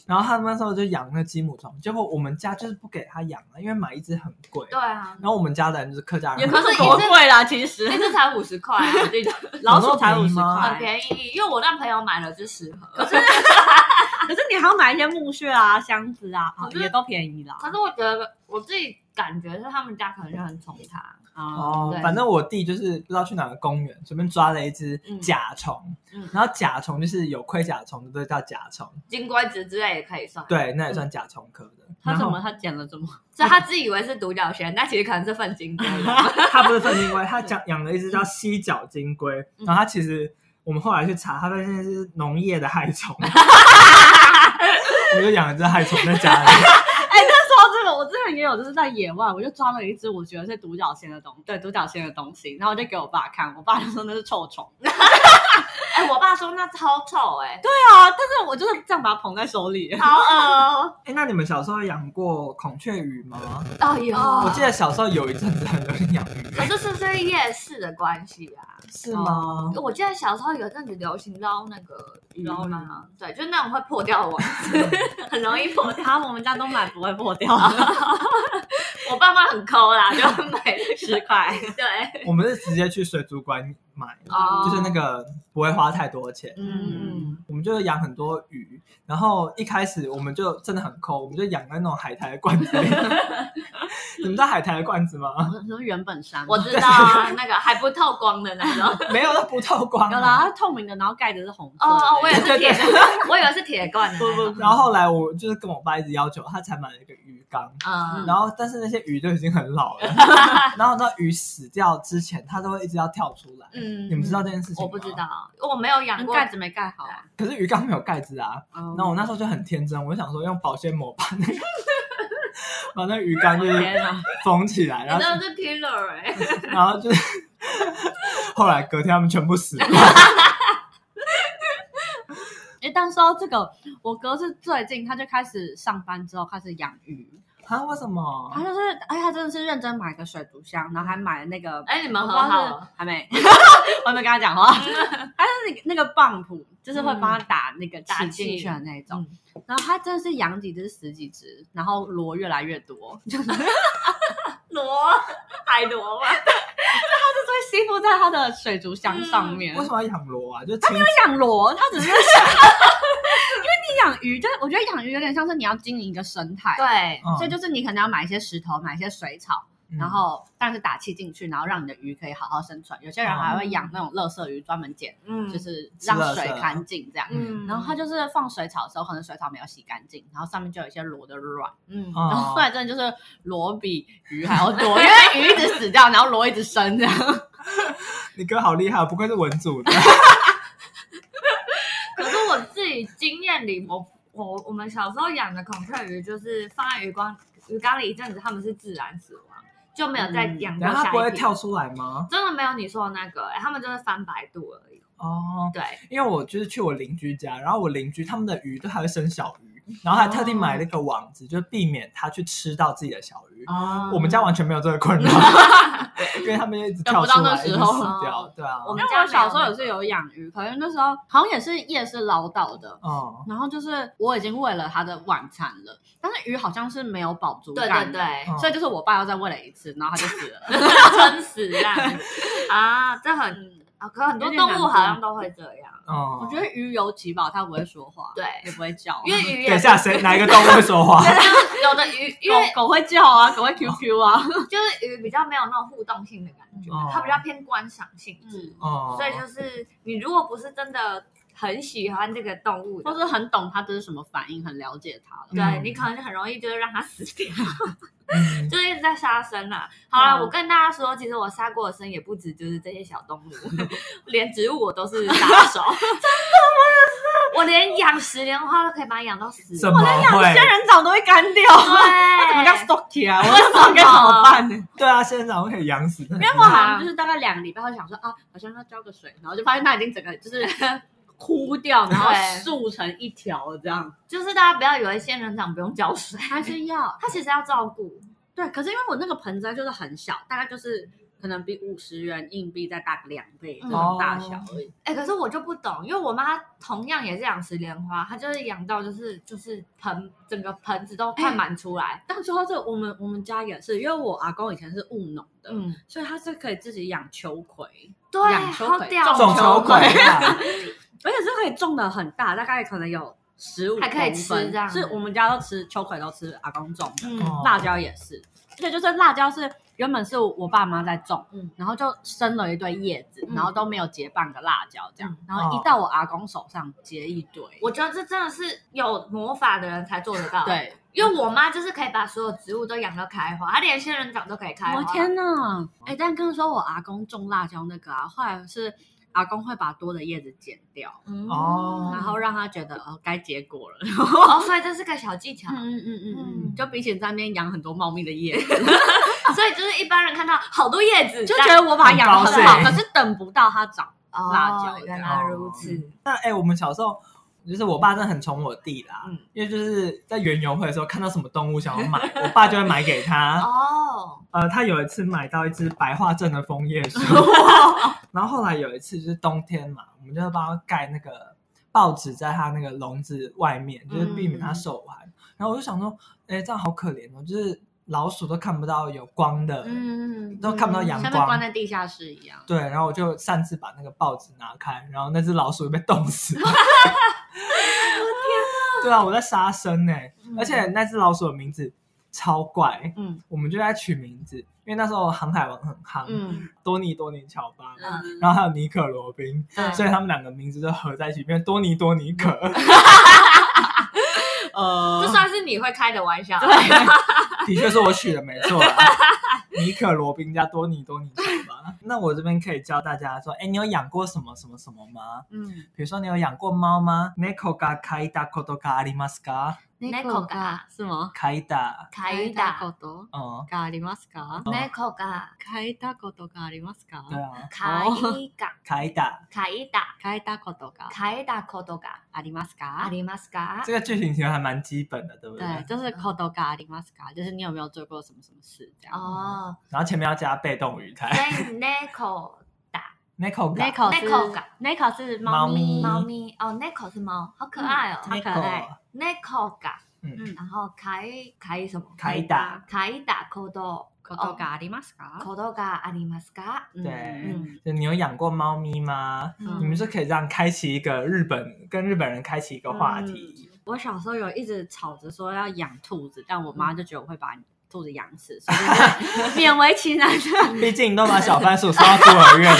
Speaker 4: 然后他们那时候就养那金母虫，结果我们家就是不给他养了，因为买一只很贵，
Speaker 3: 对啊，
Speaker 4: 然后我们家的人就是客家人
Speaker 1: 也
Speaker 4: 很
Speaker 1: 不
Speaker 4: 多，
Speaker 1: 是多贵啦，其实
Speaker 3: 那只才五十块 啊，我记得
Speaker 1: 老鼠才
Speaker 4: 有那么便
Speaker 1: 五
Speaker 4: 宜
Speaker 1: 十
Speaker 4: 吗
Speaker 1: 块，
Speaker 3: 很便宜，因为我那朋友买了只十盒。可是，
Speaker 1: 可是你还要买一些木屑啊、箱子啊，啊
Speaker 3: 可是
Speaker 1: 也都便宜啦。
Speaker 3: 我觉得我自己感觉是他们家可能就很宠它。
Speaker 1: 哦
Speaker 4: 哦
Speaker 3: 对，
Speaker 4: 反正我弟就是不知道去哪个公园，随便抓了一只甲虫，
Speaker 3: 嗯嗯
Speaker 4: 然后甲虫就是有盔甲虫的都叫甲虫，
Speaker 3: 金龟子之类也可以算。，
Speaker 4: 对，那也算甲虫科的。
Speaker 1: 嗯他
Speaker 4: 然
Speaker 1: 怎
Speaker 4: 后
Speaker 1: 么他捡了怎么？
Speaker 3: 所以他自以为是独角仙，但其实可能是粪金龟。
Speaker 4: 他不是粪金龟，他养养了一只叫犀角金龟，然后他其实我们后来去查，他发现是农业的害虫，我就养了只害虫在家里。
Speaker 1: 哎，但是说到这个，我之前也有就是在野外，我就抓了一只我觉得是独角仙的东，对，独角仙的东西，然后我就给我爸看，我爸就说那是臭虫。 对
Speaker 3: 哎、我爸说那超臭哎、
Speaker 1: 啊，但是我就是这样把它捧在手里。
Speaker 3: 好恶哦。
Speaker 4: 哎，那你们小时候养过孔雀鱼吗？
Speaker 1: 哦
Speaker 3: 哎呦，
Speaker 4: 我记得小时候有一阵子很流行养鱼，
Speaker 3: 可是是不是夜市的关系啊？
Speaker 4: 是吗？
Speaker 3: 我记得小时候有一阵子流行捞那个鱼
Speaker 1: 捞鱼
Speaker 3: 嘛，对，就是那种会破掉的网子， 很容易破掉。
Speaker 1: 然后我们家都买不会破掉，
Speaker 3: 我爸妈很抠啦，就买了
Speaker 1: 十块。
Speaker 3: 对，
Speaker 4: 我们是直接去水族馆买，
Speaker 3: 哦
Speaker 4: 就是那个不会花太多钱。
Speaker 1: 嗯，
Speaker 4: 我们就养很多鱼，然后一开始我们就真的很抠，我们就养在那种海苔的罐子里。你们知道海苔的罐子吗？
Speaker 1: 你说原本山吗，
Speaker 3: 嗯我知道啊，那个还不透光的那种。
Speaker 4: 没有，都不透光、啊
Speaker 1: 有啦，它。是透明的，然后盖子是红色的。
Speaker 3: 哦哦，我也是
Speaker 4: 对
Speaker 3: 铁
Speaker 4: 对
Speaker 3: 的，我以为是铁罐的。
Speaker 1: 不不不
Speaker 4: 然后后来我就是跟我爸一直要求，他才买了一个鱼缸，
Speaker 3: 嗯，
Speaker 4: 然后但是那些鱼都已经很老了，然后那鱼死掉之前，它都会一直要跳出来。
Speaker 3: 嗯
Speaker 4: 你们知道这件事情？
Speaker 3: 我不知。道，我没有养
Speaker 1: 那
Speaker 3: 过。
Speaker 1: 嗯盖子没盖好啊。
Speaker 4: 可是鱼缸没有盖子啊。
Speaker 1: 哦
Speaker 4: 然后我那时候就很天真，我就想说用保鲜膜把那个把那鱼缸就是
Speaker 1: 天啊，
Speaker 4: 封起来，
Speaker 3: 你
Speaker 4: 然后
Speaker 3: 真的是 killer 哎、
Speaker 4: 然后就是 后来隔天他们全部死光。
Speaker 1: 哎，但说到这个，我哥是最近他就开始上班之后开始养鱼，
Speaker 4: 啊，为什么？
Speaker 1: 他就是，哎，他真的是认真买个水族箱，然后还买了那个，
Speaker 3: 哎，你们
Speaker 1: 我
Speaker 3: 和
Speaker 1: 不知道是
Speaker 3: 好 了，
Speaker 1: 还没， 我还没跟他 讲话。他是那个那个棒谱，就是会帮他打那个
Speaker 3: 嗯打
Speaker 1: 气
Speaker 3: 气嗯
Speaker 1: 进去的那种。然后他真的是养几只十几只，然后螺越来越多，就是
Speaker 3: 罗海螺吧，
Speaker 1: 会吸附在他的水族
Speaker 3: 嗯
Speaker 1: 箱上面。
Speaker 4: 为什么要养螺啊？就亲
Speaker 1: 养螺，它 只是因为你养鱼，就是我觉得养鱼有点像是你要经营一个生态，，
Speaker 3: 对，
Speaker 4: 嗯
Speaker 1: 所以就是你可能要买一些石头，买一些水草，
Speaker 4: 嗯
Speaker 1: 然后但是打气进去，然后让你的鱼可以好好生存。有些人还会养那种垃圾鱼，专门捡，
Speaker 3: 嗯
Speaker 1: 就是
Speaker 4: 吃
Speaker 1: 让
Speaker 4: 垃
Speaker 1: 水
Speaker 4: 圾
Speaker 1: 干净这样。
Speaker 3: 嗯，
Speaker 1: 然后它就是放水草的时候，可能水草没有洗干净，然后上面就有一些螺的卵，
Speaker 3: 嗯，
Speaker 1: 然后
Speaker 4: 哦
Speaker 1: 后来真的就是螺比鱼还要多，因为鱼一直死掉，然后螺一直生这样。
Speaker 4: 你哥好厉害，不愧是文组的。
Speaker 3: 可是我自己经验里，我我我们小时候养的孔雀鱼，就是放在鱼缸鱼缸里一阵子，它们是自然死亡，就没有再养过
Speaker 4: 然后
Speaker 3: 下
Speaker 4: 它不会
Speaker 3: 一批。
Speaker 4: 跳出来吗？
Speaker 3: 真的没有你说的那个、欸，他们就是翻白肚而已。
Speaker 4: 哦，
Speaker 3: 对，
Speaker 4: 因为我就是去我邻居家，然后我邻居他们的鱼都还会生小鱼，然后还特地买
Speaker 3: 哦
Speaker 4: 了一个网子，就避免它去吃到自己的小鱼。
Speaker 1: 哦
Speaker 4: 我们家完全没有这个 困扰，因为他们就一直跳
Speaker 1: 等
Speaker 4: 出
Speaker 1: 不
Speaker 4: 来，
Speaker 1: 到那
Speaker 4: 一直
Speaker 1: 时
Speaker 4: 死
Speaker 1: 候
Speaker 4: 掉。对啊，
Speaker 3: 哦我们
Speaker 1: 因为
Speaker 3: 家
Speaker 1: 我小时候
Speaker 3: 没有
Speaker 1: 也是有养鱼，可能那时候好像也是夜市捞到的。
Speaker 4: 嗯，
Speaker 1: 然后就是我已经喂了它的晚餐了，但是鱼好像是没有饱足
Speaker 3: 对
Speaker 1: 感
Speaker 3: 对
Speaker 1: 的，
Speaker 3: 对，
Speaker 4: 嗯
Speaker 1: 所以就是我爸又再喂了一次，然后它就死了。
Speaker 3: 撑死烂啊，这很
Speaker 1: 嗯，
Speaker 3: 啊，可很多
Speaker 1: 有点
Speaker 3: 动
Speaker 1: 难
Speaker 3: 物
Speaker 1: 过
Speaker 3: 好像都会这样。啊
Speaker 4: 嗯，
Speaker 1: 我觉得鱼有几饱，它不会说话，
Speaker 3: 对，
Speaker 1: 也不会叫，啊
Speaker 3: 因为鱼也
Speaker 4: 等一下谁哪一个动物会说 话？
Speaker 3: 有的鱼，因为
Speaker 1: 狗狗会叫啊，狗会 QQ 啊。
Speaker 3: 就是鱼比较没有那种互动性的感觉，
Speaker 4: 嗯
Speaker 3: 它比较偏观赏性质。
Speaker 1: 嗯，
Speaker 4: 哦，
Speaker 3: 所以就是你如果不是真的很喜欢这个动物的
Speaker 1: 或是很懂它这是什么反应，很了解它了。
Speaker 3: 对、
Speaker 4: 嗯
Speaker 3: 你可能就很容易就是让它死掉，
Speaker 4: 嗯
Speaker 3: 就是一直在杀生啦。好啦，
Speaker 1: 嗯
Speaker 3: 我跟大家说，其实我杀过的生也不止就是这些小动物， 连植物我都是杀 手。真的，我也是，我连养石莲花都可以把它养到死。
Speaker 4: 怎么会？
Speaker 1: 仙人掌都会干掉，
Speaker 3: 对，
Speaker 1: 它怎么叫 stocky 啊？我这
Speaker 3: 什么
Speaker 1: 种该怎么办呢？啊
Speaker 4: 对啊，仙人掌会可以养死，因
Speaker 1: 因为
Speaker 3: 啊
Speaker 1: 我好像就是大概两个礼拜会想说啊，好像要浇个水，然后就发现它已经整个就是 枯掉，然后
Speaker 3: 对
Speaker 1: 竖成一条这样。
Speaker 3: 就是大家不要以为仙人掌不用浇水，
Speaker 1: 还是要
Speaker 3: 它其实要照顾。
Speaker 1: 对，可是因为我那个盆栽就是很小，大概就是可能比五十元硬币再大个两倍这种大小而已。
Speaker 3: 哎、可是我就不懂，因为我妈同样也是养石莲花，她就是养到就是就是盆整个盆子都快满出来，
Speaker 1: 但说到这，我们我们家也是，因为我阿公以前是务农的，
Speaker 3: 嗯，
Speaker 1: 所以他是可以自己养球葵，
Speaker 3: 对，
Speaker 1: 养秋
Speaker 3: 好
Speaker 1: 葵
Speaker 3: 屌哦，
Speaker 4: 种球鬼啊，
Speaker 1: 而且是可以种的很大，大概可能有十五，
Speaker 3: 还可以吃这样
Speaker 1: 是我们家都吃秋葵，都吃阿公种的，
Speaker 3: 嗯
Speaker 4: 哦
Speaker 1: 辣椒也是，而且就是辣椒是原本是我爸妈在种，
Speaker 3: 嗯
Speaker 1: 然后就生了一堆叶子，
Speaker 3: 嗯
Speaker 1: 然后都没有结半个辣椒这样，
Speaker 3: 嗯
Speaker 1: 然后一到我阿公手上结一堆，
Speaker 3: 我觉得这真的是有魔法的人才做得到。，
Speaker 1: 对，
Speaker 3: 因为我妈就是可以把所有植物都养到开花，她连仙人掌都可以开花。
Speaker 1: 我哦
Speaker 3: 嗯
Speaker 1: 天呐！哎、但刚说我阿公种辣椒那个啊，后来是阿公会把多的叶子剪掉，
Speaker 3: 嗯
Speaker 4: 哦
Speaker 1: 然后让他觉得哦该结果了，
Speaker 3: 哦，所以这是个小技巧，
Speaker 1: 嗯嗯嗯
Speaker 3: 嗯
Speaker 1: 就比起在那边养很多茂密的叶子，
Speaker 3: 所以就是一般人看到好多叶子，
Speaker 1: 就觉得我把它养的很好，
Speaker 4: 很高兴
Speaker 1: 可是等不到它长。
Speaker 3: 但哦
Speaker 1: 辣椒
Speaker 3: 原来如此，
Speaker 4: 那哎、我们小时候就是我爸真的很宠我弟啦，
Speaker 3: 嗯
Speaker 4: 因为就是在园游会的时候看到什么动物想要买，我爸就会买给他。
Speaker 3: 哦，
Speaker 4: 呃，他有一次买到一只白化症的枫叶树，然后后来有一次就是冬天嘛，我们就帮他盖那个报纸在他那个笼子外面，就是避免它受寒。然后我就想说，哎、这样好可怜哦，就是老鼠都看不到有光的，
Speaker 1: 嗯
Speaker 4: 都看不到阳
Speaker 1: 像被
Speaker 4: 光
Speaker 1: 关。在地下室一样。
Speaker 4: 对，然后我就擅自把那个报纸拿开，然后那只老鼠被冻死了。对啊，我在杀生呢、而且那只老鼠的名字超怪，
Speaker 1: 嗯
Speaker 4: 我们就在取名字，因为那时候航海王很夯，
Speaker 1: 嗯
Speaker 4: 多尼多尼乔巴嘛，
Speaker 1: 嗯，
Speaker 4: 然后还有尼可罗宾，
Speaker 3: 对
Speaker 4: 所以他们两个名字就合在一起，变成多尼多尼可。
Speaker 1: 呃
Speaker 3: 这算是你会开的玩笑。
Speaker 4: 的确是我取的，没错啊。尼可罗宾加多尼多尼乔巴。那我这边可以教大家说，哎，你有养过什么什么什么吗？
Speaker 1: 嗯，
Speaker 4: 比如说你有养过猫吗？猫が飼いたことがありますか？
Speaker 3: 猫が
Speaker 1: 是吗？
Speaker 4: 开大，
Speaker 3: 卡伊达，
Speaker 1: こと
Speaker 4: 嗯，
Speaker 1: がありますか？
Speaker 3: 猫が
Speaker 1: 开たことがありますか？
Speaker 4: 对啊，
Speaker 3: 卡伊达，
Speaker 4: 开
Speaker 1: 哦
Speaker 4: 大。
Speaker 3: 卡伊达，
Speaker 1: 开たことが
Speaker 3: 卡伊达ことが
Speaker 1: あります
Speaker 3: あ
Speaker 1: か？
Speaker 3: りますか
Speaker 4: 这？个剧情其实还蛮基本的，对不
Speaker 1: 对，就是
Speaker 3: 嗯
Speaker 1: koto ga a r i m a s a 就是你有没有做过什么什么事这样。
Speaker 3: 哦，
Speaker 4: 然后前面要加被动语态
Speaker 3: 所以猫达，
Speaker 4: ，neko ga
Speaker 1: neko 是
Speaker 3: Neko 嘎
Speaker 1: neko 是猫
Speaker 4: 嗯
Speaker 1: 咪，
Speaker 3: 猫咪哦，neko 是猫，好可爱哦，
Speaker 1: 嗯好可爱。
Speaker 3: ，neko 嘎，
Speaker 4: 嗯，
Speaker 3: 然后卡伊卡伊什么？
Speaker 4: 卡伊达，
Speaker 3: 卡伊达こと
Speaker 1: ，koto ga a r i m a s a
Speaker 3: ことがありますか？嗯
Speaker 4: 对
Speaker 3: 嗯
Speaker 4: 就你有养过猫咪吗？
Speaker 1: 嗯
Speaker 4: 你们是可以这样开启一个日本跟日本人开启一个话题，
Speaker 1: 我小时候有一直吵着说要养兔子，但我妈就觉得我会把兔子养死，所以就是 勉为其难的。
Speaker 4: 毕竟你都把小番薯送到孤儿院了。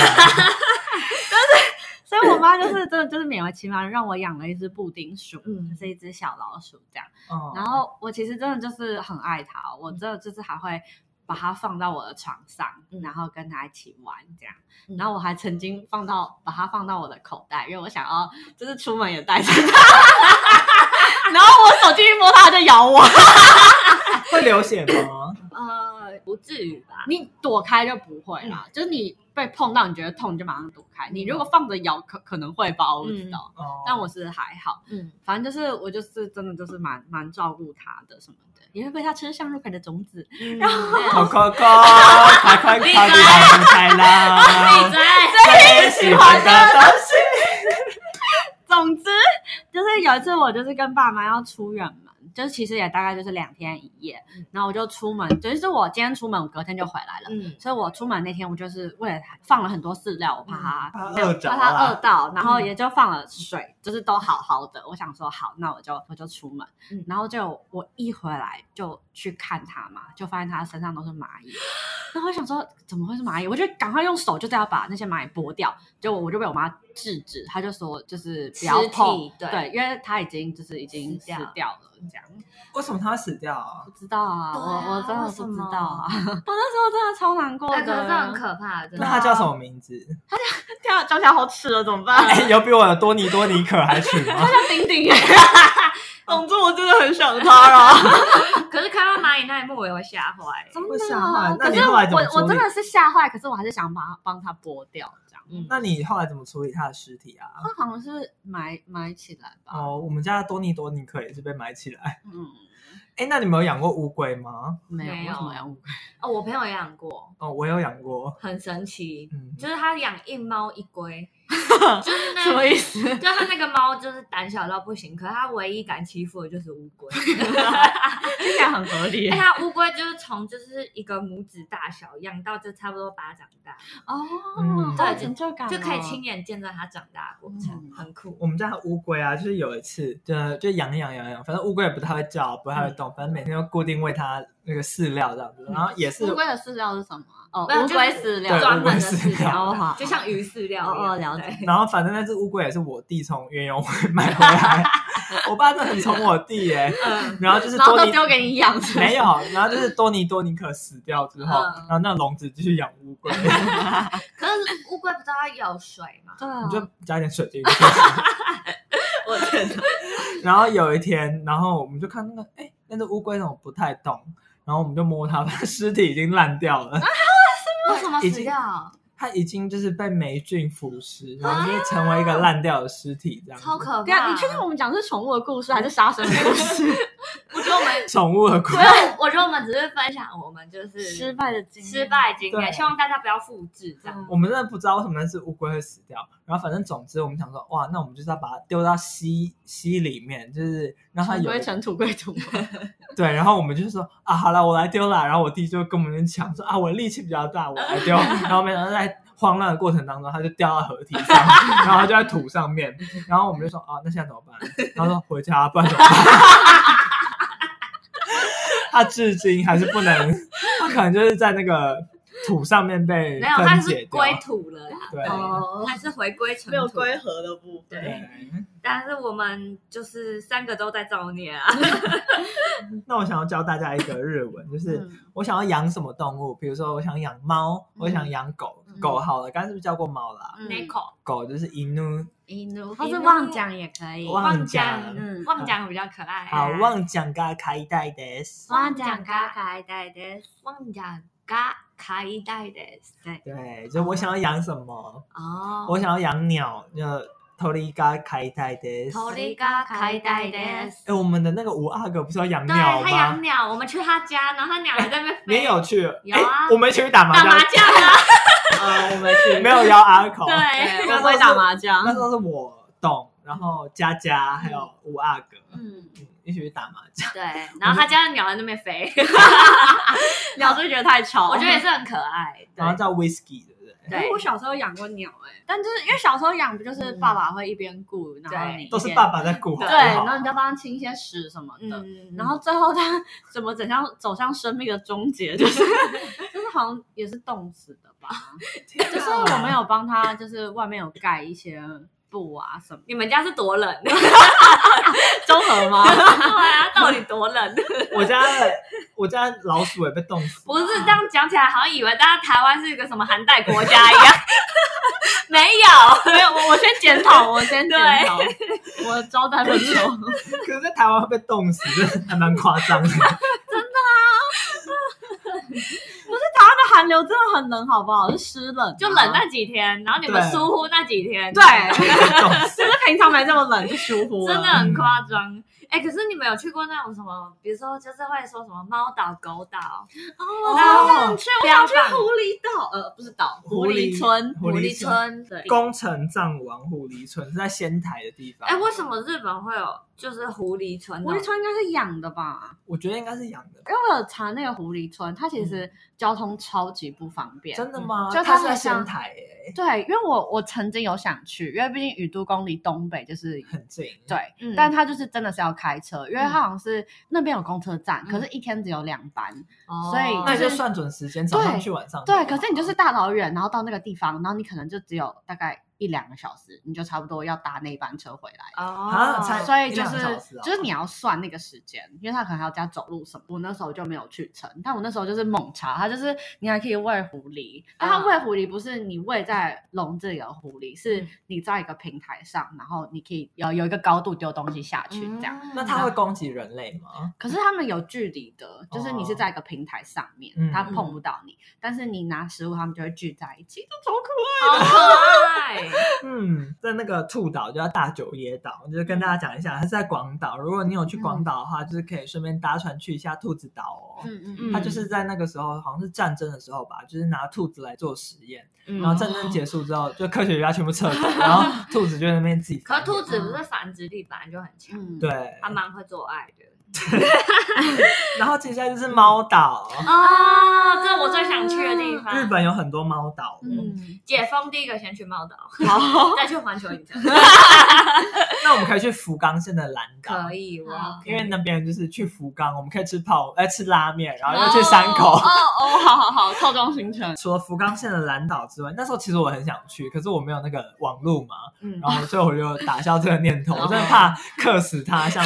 Speaker 1: 所以我妈就是真的就是勉为其难让我养了一只布丁鼠，
Speaker 3: 嗯
Speaker 1: 就是一只小老鼠这样。
Speaker 4: 嗯
Speaker 1: 然后我其实真的就是很爱它，我真的就是还会把它放到我的床上，
Speaker 3: 嗯
Speaker 1: 然后跟它一起玩这样。
Speaker 3: 嗯
Speaker 1: 然后我还曾经放到把它放到我的口袋，因为我想要就是出门也带着它。 然后我手机一摸它，它就咬我。
Speaker 4: 会流血 吗？
Speaker 3: 呃，不至于吧？
Speaker 1: 你躲开就不会啦，就是你被碰到你觉得痛，你就马上躲开。你如果放着咬，可可能会吧，我不知道。
Speaker 4: 哦
Speaker 1: 但我是还好，
Speaker 3: 嗯，
Speaker 1: 反正就是我就是真的就是蛮蛮照顾它的什么的，也会喂它吃向日葵的种子，
Speaker 3: 然后
Speaker 4: 扣扣 扣，快快快点来舞台
Speaker 3: 嗯
Speaker 4: 啦！最喜欢的东西，
Speaker 1: 总之，就是有一次我就是跟爸妈要出远门，就是其实也大概就是两天一夜，然后我就出门，就是我今天出门，我隔天就回来了。
Speaker 3: 嗯
Speaker 1: 所以我出门那天，我就是为了放了很多饲料，我怕它、
Speaker 4: 嗯怕饿着
Speaker 1: 怕它
Speaker 4: 啦
Speaker 1: 饿到，
Speaker 3: 嗯
Speaker 1: 然后也就放了水，就是都好好的。我想说好，那我就我就出门，
Speaker 3: 嗯
Speaker 1: 然后就我一回来就去看它嘛，就发现它身上都是蚂蚁。然后我想说怎么会是蚂蚁？我就赶快用手就是要把那些蚂蚁拨掉，结果我就被我妈制止，她就说就是不要
Speaker 3: 尸
Speaker 1: 碰
Speaker 3: 体，对
Speaker 1: 对，因为它已经就是已经
Speaker 3: 死
Speaker 1: 死
Speaker 3: 掉了
Speaker 1: 掉了，这样
Speaker 4: 为什么它会死掉啊？
Speaker 1: 不知道啊，
Speaker 3: 对啊
Speaker 1: 我我真的
Speaker 3: 为什
Speaker 1: 不
Speaker 3: 么
Speaker 1: 知道啊， 我那时候真的超难过
Speaker 3: 那
Speaker 1: 的，
Speaker 3: 可是很可怕，真
Speaker 4: 那
Speaker 1: 啊
Speaker 4: 它
Speaker 3: 的。
Speaker 4: 叫什么名字？
Speaker 1: 跳脚下好耻了，怎么办？
Speaker 4: 哎，有比我的多尼多尼可还 取吗？
Speaker 1: 顶顶。总之我真的很想他啦。
Speaker 3: 可是看到蚂蚁那一幕，我也会吓坏。
Speaker 1: 真
Speaker 4: 会
Speaker 1: 的
Speaker 4: 吓
Speaker 1: 啊
Speaker 4: 坏那
Speaker 1: 可
Speaker 4: 你
Speaker 1: 是
Speaker 4: 后来怎么
Speaker 1: 我我
Speaker 4: 处
Speaker 1: 真
Speaker 4: 理
Speaker 1: 的是吓坏，可是我还是想把它帮他剥掉，这样。
Speaker 3: 嗯，
Speaker 4: 那你后来怎么处理它的尸体啊？
Speaker 1: 他好像是埋埋起来吧？
Speaker 4: 哦，我们家的多尼多尼可也是被埋起来。
Speaker 1: 啊嗯，
Speaker 4: 哎，那你们有养过乌龟吗？
Speaker 1: 没有，
Speaker 3: 没
Speaker 1: 为
Speaker 3: 有
Speaker 1: 什么要乌龟？
Speaker 3: 哦，我朋友也养过，
Speaker 4: 哦，我有养过。
Speaker 3: 很神奇，
Speaker 4: 嗯，
Speaker 3: 就是他养一猫一 龟，就是那
Speaker 1: 什么意思？
Speaker 3: 就他那个猫就是胆小到不行，可是他唯一敢欺负的就是乌 龟。
Speaker 1: 听起来很合理
Speaker 3: 哎，它乌龟就是从就是一个拇指大小养到就差不多巴掌大，
Speaker 1: 哦
Speaker 4: 嗯，
Speaker 1: 好有成就感哦，
Speaker 3: 就可以亲眼见证它长大的过程，
Speaker 1: 嗯
Speaker 3: 很酷。
Speaker 4: 我们家的乌龟啊，就是有一次，就就养养养养，反正乌龟也不太会叫，不太会
Speaker 1: 嗯
Speaker 4: 动，反正每天都固定喂它那个饲料这样子，然后也是
Speaker 1: 乌龟的饲料是什么啊？哦，
Speaker 3: 没有
Speaker 1: 乌
Speaker 3: 就是
Speaker 1: 龟饲料，
Speaker 4: 对
Speaker 3: 专门的
Speaker 4: 乌龟饲
Speaker 3: 饲
Speaker 4: 料
Speaker 1: 哦好
Speaker 3: 料，就像鱼饲料一样
Speaker 1: 哦哦了解。
Speaker 3: 对
Speaker 4: 然后反正那只乌龟也是我弟从园游会买回 来，我爸真的很宠我弟耶、
Speaker 3: 嗯，
Speaker 4: 然后就是
Speaker 1: 然后
Speaker 4: 多
Speaker 1: 都
Speaker 4: 尼
Speaker 1: 丢给你养，是不是
Speaker 4: 没有，然后就是多尼多尼可死掉之后，
Speaker 3: 嗯
Speaker 4: 然后那笼子继续养乌龟，
Speaker 3: 可是乌龟不知道它有水 嘛？
Speaker 1: 对
Speaker 4: 你
Speaker 1: 啊，
Speaker 4: 就加点水进去。
Speaker 3: 嗯 我天哪！
Speaker 4: 然后有一天，然后我们就看那个，哎，那只乌龟怎么不太动？然后我们就摸它，它尸体已经烂掉了。
Speaker 3: 为什么
Speaker 4: 已
Speaker 3: 死
Speaker 4: 经
Speaker 3: 掉？
Speaker 4: 它已经就是被霉菌腐蚀，然后就是成为一个烂掉的尸体这样子。
Speaker 3: 啊超可
Speaker 1: 对啊，
Speaker 3: 怕！
Speaker 1: 你 确定我们讲的是宠物的故事还是杀生的故事？
Speaker 3: 我觉得我们，
Speaker 4: 宠物的故
Speaker 3: 没有，我觉得我们只是分享我们就是
Speaker 1: 失败的经历，
Speaker 3: 失败经
Speaker 4: 对
Speaker 3: 验，希望大家不要复制这样。
Speaker 4: 我们真的不知道为什么那只乌龟会死掉。然后反正总之，我们想说，哇，那我们就是要把它丢到溪溪里面，就是让它
Speaker 1: 尘
Speaker 4: 有
Speaker 1: 归尘，土归土。
Speaker 4: 对。然后我们就说啊，好了，我来丢啦。然后我弟就跟我们抢说啊，我力气比较大，我来 丢。然后没想到在慌乱的过程当中，它就掉到河堤上，然后它就在土上面。然后我们就说啊，那现在怎么办？然后说回家，不然怎么办？他至今还是不能，他可能就是在那个土上面被
Speaker 3: 没有，它
Speaker 4: 分解
Speaker 3: 是
Speaker 4: 掉。
Speaker 3: 归土了啦，
Speaker 4: 对
Speaker 1: 哦，
Speaker 3: 它是回归尘
Speaker 5: 没有
Speaker 3: 土。
Speaker 5: 归合的部分。
Speaker 3: 对，
Speaker 4: 对，
Speaker 3: 但是我们就是三个都在造孽啊，
Speaker 4: 那我想要教大家一个日文，就是
Speaker 5: 嗯
Speaker 4: 我想要养什么动物，比如说我想养猫，我想养狗。
Speaker 5: 嗯
Speaker 4: 狗好了，刚才是不是教过猫啦？
Speaker 3: 那口
Speaker 4: 狗就是 inu，
Speaker 1: 或是妄讲也可以。
Speaker 4: 忘
Speaker 3: 旺
Speaker 4: 讲
Speaker 3: 讲
Speaker 1: 嗯，
Speaker 3: 旺讲比较可爱。啊
Speaker 4: 好，忘讲が開たいです。
Speaker 1: 妄讲嘎嘎带的，
Speaker 3: 旺讲嘎卡一代的
Speaker 4: 对，就我想要养什么，
Speaker 3: 哦，
Speaker 4: 我想要养鸟，就 tori ga 開たいです。
Speaker 3: 头里嘎卡一代的。
Speaker 4: 哎，我们的那个五阿哥不是要养
Speaker 3: 对
Speaker 4: 鸟
Speaker 3: 他
Speaker 4: 吗
Speaker 3: 养？鸟，我们去他家，然后他鸟还在那边飞。
Speaker 4: 没有去，
Speaker 3: 有啊
Speaker 4: 哎我们一起去打麻
Speaker 3: 打麻
Speaker 4: 将，
Speaker 3: 将啊，
Speaker 5: 啊，我
Speaker 1: 哎
Speaker 5: 们去
Speaker 4: 没有邀阿口。
Speaker 3: 对，
Speaker 5: 我不会打麻将
Speaker 4: 那，时候是我懂，然后佳佳还有五阿哥，
Speaker 3: 嗯，
Speaker 4: 嗯，一起去打麻将。
Speaker 3: 对，然后他家的鸟在那边飞，
Speaker 1: 鸟是不是觉得太吵，
Speaker 3: 我觉得也是很可爱。对
Speaker 4: 然后叫 Whisky，对不对？
Speaker 1: 因为
Speaker 3: 对
Speaker 1: 我，小时候养过鸟、哎，但就是因为小时候养，不就是爸爸会一边顾，然后你一边
Speaker 4: 都是爸爸在顾好不好，
Speaker 1: 对，然后你再帮他清一些屎什么的，
Speaker 3: 嗯，
Speaker 1: 然后最后他 怎么走向走向生命的终结，就是 就是好像也是冻死的吧， 就是我们有帮他，就是外面有盖一些布啊什么
Speaker 3: 你们家是多 冷？
Speaker 1: 综合吗？
Speaker 3: 对啊，到底多冷？
Speaker 4: 我家的我家老鼠也被冻死，
Speaker 3: 不是这样讲起来，好像以为大家台湾是一个什么寒带国家一样，没有，
Speaker 1: 没有，我我先检讨，我先检讨，我招待不周。
Speaker 4: 可是在台湾会被冻死，真的还蛮夸张的。
Speaker 1: 台湾的寒流真的很冷，好不好？是湿冷啊，
Speaker 3: 就冷那几天，然后你们
Speaker 4: 对
Speaker 3: 疏忽那几天，
Speaker 1: 对，
Speaker 4: 被冻 死
Speaker 1: 就是平常没这么冷，就疏忽了。
Speaker 3: 真的很夸张。哎、可是你们有去过那种什么，比如说就是会说什么猫岛、狗岛，
Speaker 1: 哦，
Speaker 4: 想
Speaker 1: 去，
Speaker 3: 我想去
Speaker 1: 狸岛，呃，不是岛，
Speaker 4: 狐狸
Speaker 1: 村，
Speaker 4: 狐狸村
Speaker 1: 村，对，
Speaker 4: 宫城藏王狐狸村是在仙台的地方，
Speaker 3: 哎、为什么日本会有就是狐狸村呢？
Speaker 1: 狐狸村应该是养的吧？
Speaker 4: 我觉得应该是养的。
Speaker 1: 因为我有查那个狐狸村，它其实交通超级不方便。
Speaker 4: 嗯真的吗？
Speaker 1: 嗯就
Speaker 4: 它
Speaker 1: 它
Speaker 4: 是
Speaker 1: 很
Speaker 4: 在
Speaker 1: 像
Speaker 4: 仙台耶，
Speaker 1: 对，因为我我曾经有想去，因为毕竟宇都宫离东北就是
Speaker 4: 很嗯近。
Speaker 1: 对，
Speaker 3: 嗯
Speaker 1: 但它就是真的是要开车，因为它好像是那边有公车站，可是
Speaker 4: 嗯
Speaker 1: 一天只有两班，
Speaker 3: 哦
Speaker 1: 所以
Speaker 4: 那你就
Speaker 1: 就是
Speaker 4: 算准时间，早上去晚上回
Speaker 1: 对，可是你就是大老远，然后到那个地方，然后你可能就只有大概一两个小时，你就差不多要搭那班车回来。
Speaker 4: 啊
Speaker 3: 哦，
Speaker 4: 才
Speaker 1: 所以就
Speaker 4: 一两
Speaker 1: 是、
Speaker 4: 个小时啊
Speaker 1: 就是你要算那个时间，因为他可能还要加走路什么。我那时候就没有去成，但我那时候就是猛查，他就是你还可以喂狐狸，但他
Speaker 3: 嗯
Speaker 1: 喂狐狸不是你喂在笼子里的狐狸，是
Speaker 3: 嗯
Speaker 1: 你在一个平台上，然后你可以有有一个高度丢东西下去这样。
Speaker 3: 嗯
Speaker 4: 那它会攻击人类吗？
Speaker 1: 可是他们有距离的，就是你是在一个平台上面，
Speaker 4: 嗯
Speaker 1: 他碰不到你，但是你拿食物，他们就会聚在一起，这超可爱。
Speaker 3: 好可爱，
Speaker 4: 嗯，在那个兔岛就叫大久野岛，就是跟大家讲一下，它是在广岛。如果你有去广岛的话，就是可以顺便搭船去一下兔子岛哦。
Speaker 1: 嗯
Speaker 3: 嗯嗯
Speaker 4: 它就是在那个时候，好像是战争的时候吧，就是拿兔子来做实验，
Speaker 3: 嗯
Speaker 4: 然后战争结束之后，就科学家全部撤走，然 后兔子就在那边自己
Speaker 3: 可
Speaker 4: 繁
Speaker 3: 是
Speaker 4: 衍。
Speaker 3: 兔子不是繁殖力本来就很强，
Speaker 1: 嗯，
Speaker 4: 对，
Speaker 3: 它蛮会做爱的。
Speaker 4: 然后接下来就是猫岛，
Speaker 3: 哦，这我最想去的地方。
Speaker 4: 日本有很多猫岛。哦
Speaker 1: 嗯，
Speaker 3: 解封第一个先去猫岛，
Speaker 1: 好，
Speaker 3: 再去环球影 城，
Speaker 4: 那我们可以去福冈县的蓝岛，
Speaker 3: 可以哇。
Speaker 4: 因为那边就是去福冈，我们可以吃泡，哎、吃拉面，然后又去山口。
Speaker 1: 哦哦，好好好，套装行程。
Speaker 4: 除了福冈县的蓝岛之外，那时候其实我很想去，可是我没有那个网路嘛，
Speaker 3: 嗯
Speaker 4: 然后所以我就打消这个念头，我真的怕克死他。像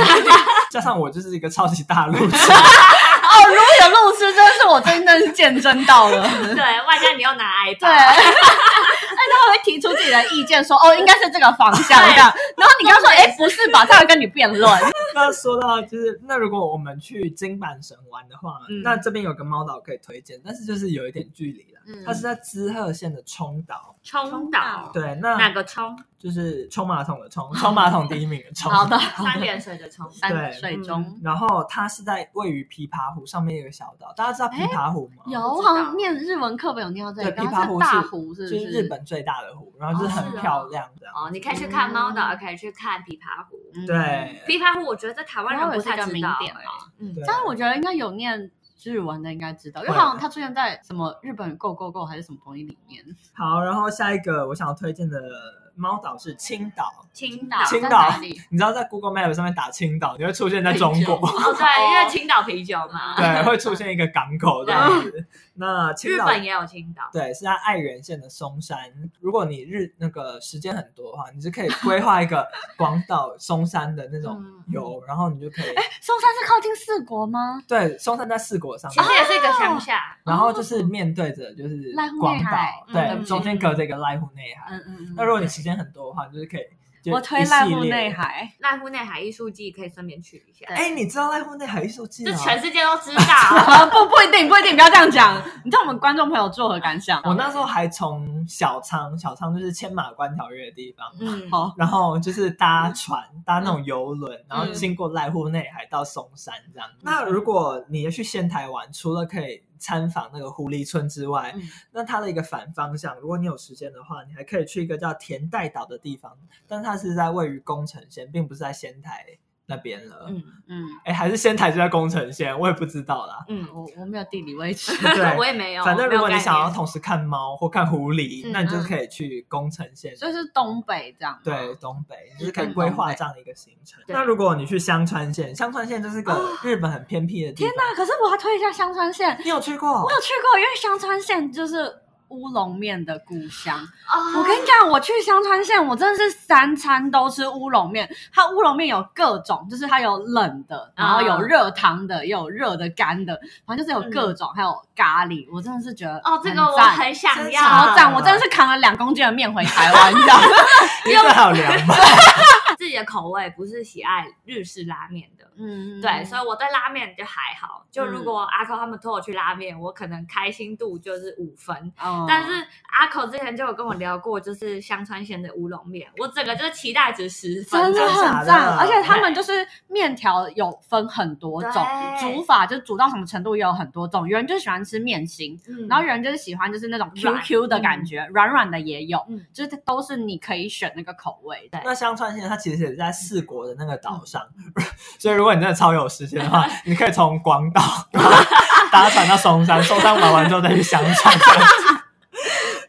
Speaker 4: 加上我就是一个超级大路痴，
Speaker 1: 哦，如果有路痴，真的是我真的是见证到了。
Speaker 3: 对，外加你又拿挨
Speaker 1: 对，
Speaker 3: 打，
Speaker 1: 哎，他会提出自己的意见说，哦，应该是这个方向这样。然后你刚说，哎，不是吧？他 要跟你辩论。
Speaker 4: 那说到就是，那如果我们去金板神玩的话，
Speaker 3: 嗯
Speaker 4: 那这边有个猫岛可以推荐，但是就是有一点距离了。它是在滋贺县的冲岛，
Speaker 3: 冲岛，
Speaker 4: 对，
Speaker 3: 哪
Speaker 4: 那
Speaker 3: 个冲？
Speaker 4: 就是冲马桶的冲，冲马桶第一名的冲。
Speaker 1: 好的，
Speaker 3: 三点水的冲。
Speaker 1: 山水中
Speaker 4: 然后它是在位于琵琶湖上面有个小岛，大家知道琵琶湖吗？
Speaker 1: 有，
Speaker 3: 哦
Speaker 1: 我好像念日文课本有念到这
Speaker 4: 对，
Speaker 1: 个，
Speaker 4: 琵
Speaker 1: 它
Speaker 4: 琶
Speaker 1: 是
Speaker 4: 湖
Speaker 1: 大湖，是不？
Speaker 4: 就是日本最大的湖，然后就是
Speaker 3: 哦是
Speaker 4: 很
Speaker 3: 哦
Speaker 4: 漂亮这样。
Speaker 3: 哦，你可以去看猫
Speaker 4: 嗯
Speaker 3: 岛，也可以去看琵琶湖。
Speaker 1: 嗯，
Speaker 4: 对，
Speaker 3: 琵琶湖，我觉得在台湾人不太
Speaker 1: 台湾也是个
Speaker 3: 知道
Speaker 1: 名点啊。
Speaker 3: 嗯，
Speaker 4: 对
Speaker 1: 但是我觉得应该有念。日文的应该知道，因为好像它出现在什么日本 Go Go Go 还是什么东西里面。
Speaker 4: 好，然后下一个我想要推荐的猫岛是青岛，
Speaker 3: 青岛，
Speaker 4: 欸青
Speaker 1: 啊在
Speaker 4: 岛
Speaker 1: 哪里？
Speaker 4: 你知道在 Google Map 上面打青岛，你会出现在中
Speaker 5: 青
Speaker 4: 国，
Speaker 3: 哦，对，因为青岛啤酒嘛，
Speaker 4: 对，会出现一个港口这样子。那青
Speaker 3: 日
Speaker 4: 岛
Speaker 3: 本也有青岛，
Speaker 4: 对，是在爱媛县的松山。如果你日那个时间很多的话，你是可以规划一个广岛松山的那种
Speaker 3: 嗯，
Speaker 4: 游，然后你就可以
Speaker 1: 松山是靠近四国吗？
Speaker 4: 对松山在四国上
Speaker 3: 其
Speaker 4: 面，
Speaker 3: 实也是一个乡下，
Speaker 4: 然后就是面对着就是
Speaker 1: 哦濑户内
Speaker 4: 广
Speaker 1: 海
Speaker 4: 岛，
Speaker 1: 嗯
Speaker 4: 对，中间隔着一个濑户内海。
Speaker 1: 嗯嗯
Speaker 4: 那如果你时间很多的话，你就是可以就
Speaker 1: 我推
Speaker 4: 一系
Speaker 1: 濑户
Speaker 4: 列
Speaker 1: 内。海，
Speaker 3: 濑户内海艺术季可以顺便去一下，
Speaker 1: 对
Speaker 4: 哎，哦你知道濑户内海艺术季
Speaker 3: 这
Speaker 4: 吗？
Speaker 3: 全世界都知道。
Speaker 1: 啊不不一定不一定，不要这样讲。你知道我们观众朋友作何感想？
Speaker 4: 我那时候还从小仓，小仓就是千马关条约的地方，
Speaker 3: 嗯，
Speaker 1: 好
Speaker 4: 然后就是搭船，搭那种游轮，然后经过濑户内海到松山这样。嗯那如果你要去仙台玩，除了可以参访那个狐狸村之外，
Speaker 1: 嗯
Speaker 4: 那它的一个反方向，如果你有时间的话，你还可以去一个叫田代岛的地方，但它是在位于宫城县，并不是在仙台那边了。
Speaker 3: 嗯
Speaker 1: 嗯。
Speaker 4: 哎、还是仙台就在宫城县，我也不知道啦
Speaker 1: 嗯，我我没有地理位置。
Speaker 4: 对
Speaker 3: 我也没
Speaker 1: 哦
Speaker 3: 有。
Speaker 4: 反正如果
Speaker 3: 没有概
Speaker 4: 你想要
Speaker 3: 念，
Speaker 4: 同时看猫或看狐狸，
Speaker 1: 嗯
Speaker 4: 那你就可以去宫城县。
Speaker 1: 所以是东北这样吗，
Speaker 4: 对，东北就是可
Speaker 1: 日
Speaker 4: 以
Speaker 1: 本
Speaker 4: 规
Speaker 1: 东
Speaker 4: 划
Speaker 1: 北
Speaker 4: 这样的一个行程。
Speaker 1: 对啊
Speaker 4: 那如果你去香川县，香川县就是个日本很偏僻的地
Speaker 1: 天
Speaker 4: 方。
Speaker 1: 哪！可是我要推一下香川县，
Speaker 4: 你有去过
Speaker 1: 我？有去过，因为香川县就是乌龙面的故乡。
Speaker 3: 哦
Speaker 1: 我跟你讲，我去香川县，我真的是三餐都吃乌龙面。它乌龙面有各种，就是它有冷的，然后
Speaker 3: 啊
Speaker 1: 有热汤的，也有热的干的，反正就是有各种，还有咖喱。我真的是觉得
Speaker 3: 嗯哦，这个我
Speaker 1: 赞
Speaker 3: 很想
Speaker 4: 真的
Speaker 3: 要
Speaker 4: 吗。
Speaker 1: 超赞！我真的是扛了两公斤的面回台 湾，你知道 吗？嗯
Speaker 4: 你这还有凉吗？
Speaker 3: 自己的口味不是喜爱日式拉面的。
Speaker 1: 嗯，
Speaker 3: 对，所
Speaker 1: 以
Speaker 3: 以我对拉面就还好。就
Speaker 4: 嗯
Speaker 3: 如果阿寇他们拖我去拉面，我可能开心度就是五分。
Speaker 1: 嗯
Speaker 3: 但是阿寇之前就有跟我聊过，就是香川县的乌龙面，我整个就是期待值十分。嗯
Speaker 1: 真的
Speaker 4: 真假
Speaker 1: 很
Speaker 4: 的
Speaker 1: 赞，而且他们就是面条有分很多种，
Speaker 3: 对
Speaker 1: 煮法就煮到什么程度也有很多种，有人就喜欢吃面心，
Speaker 3: 嗯
Speaker 1: 然后有人就是喜欢就是那种
Speaker 3: 软
Speaker 1: QQ 的感觉，软嗯软的也有，
Speaker 3: 嗯
Speaker 1: 就是都是你可以选那个口味的。
Speaker 4: 那香川县它其实也是在四国的那个岛上， 所以如果你真的超有时间的话，你可以从广岛搭船到松山，松山玩完之后再去香川。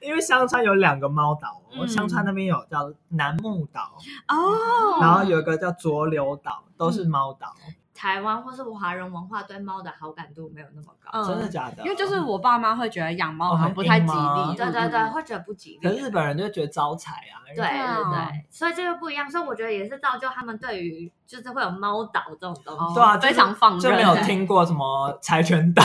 Speaker 4: 因为香川有两个猫岛哦，
Speaker 3: 嗯
Speaker 4: 香川那边有叫楠木岛，
Speaker 1: 哦嗯
Speaker 4: 然后有一个叫浊流岛，都是猫岛。
Speaker 3: 台湾或是华人文化对猫的好感度没有那么高。
Speaker 1: 嗯
Speaker 4: 真的假的？
Speaker 1: 因为就是我爸妈会觉得养猫
Speaker 4: 哦
Speaker 1: 好像
Speaker 4: 很
Speaker 1: 不太
Speaker 4: 硬
Speaker 1: 吉
Speaker 4: 吗
Speaker 1: 利，
Speaker 3: 对对对，会觉得不吉利。
Speaker 4: 可是日本人就会觉得招财啊，因为
Speaker 3: 嗯对对
Speaker 1: 啊
Speaker 3: 对，所以这就不一样，所以我觉得也是造就他们对于就是会有猫岛这种东西，
Speaker 4: 对啊，就是
Speaker 1: 非常放任，
Speaker 4: 就没有听过什么柴犬岛。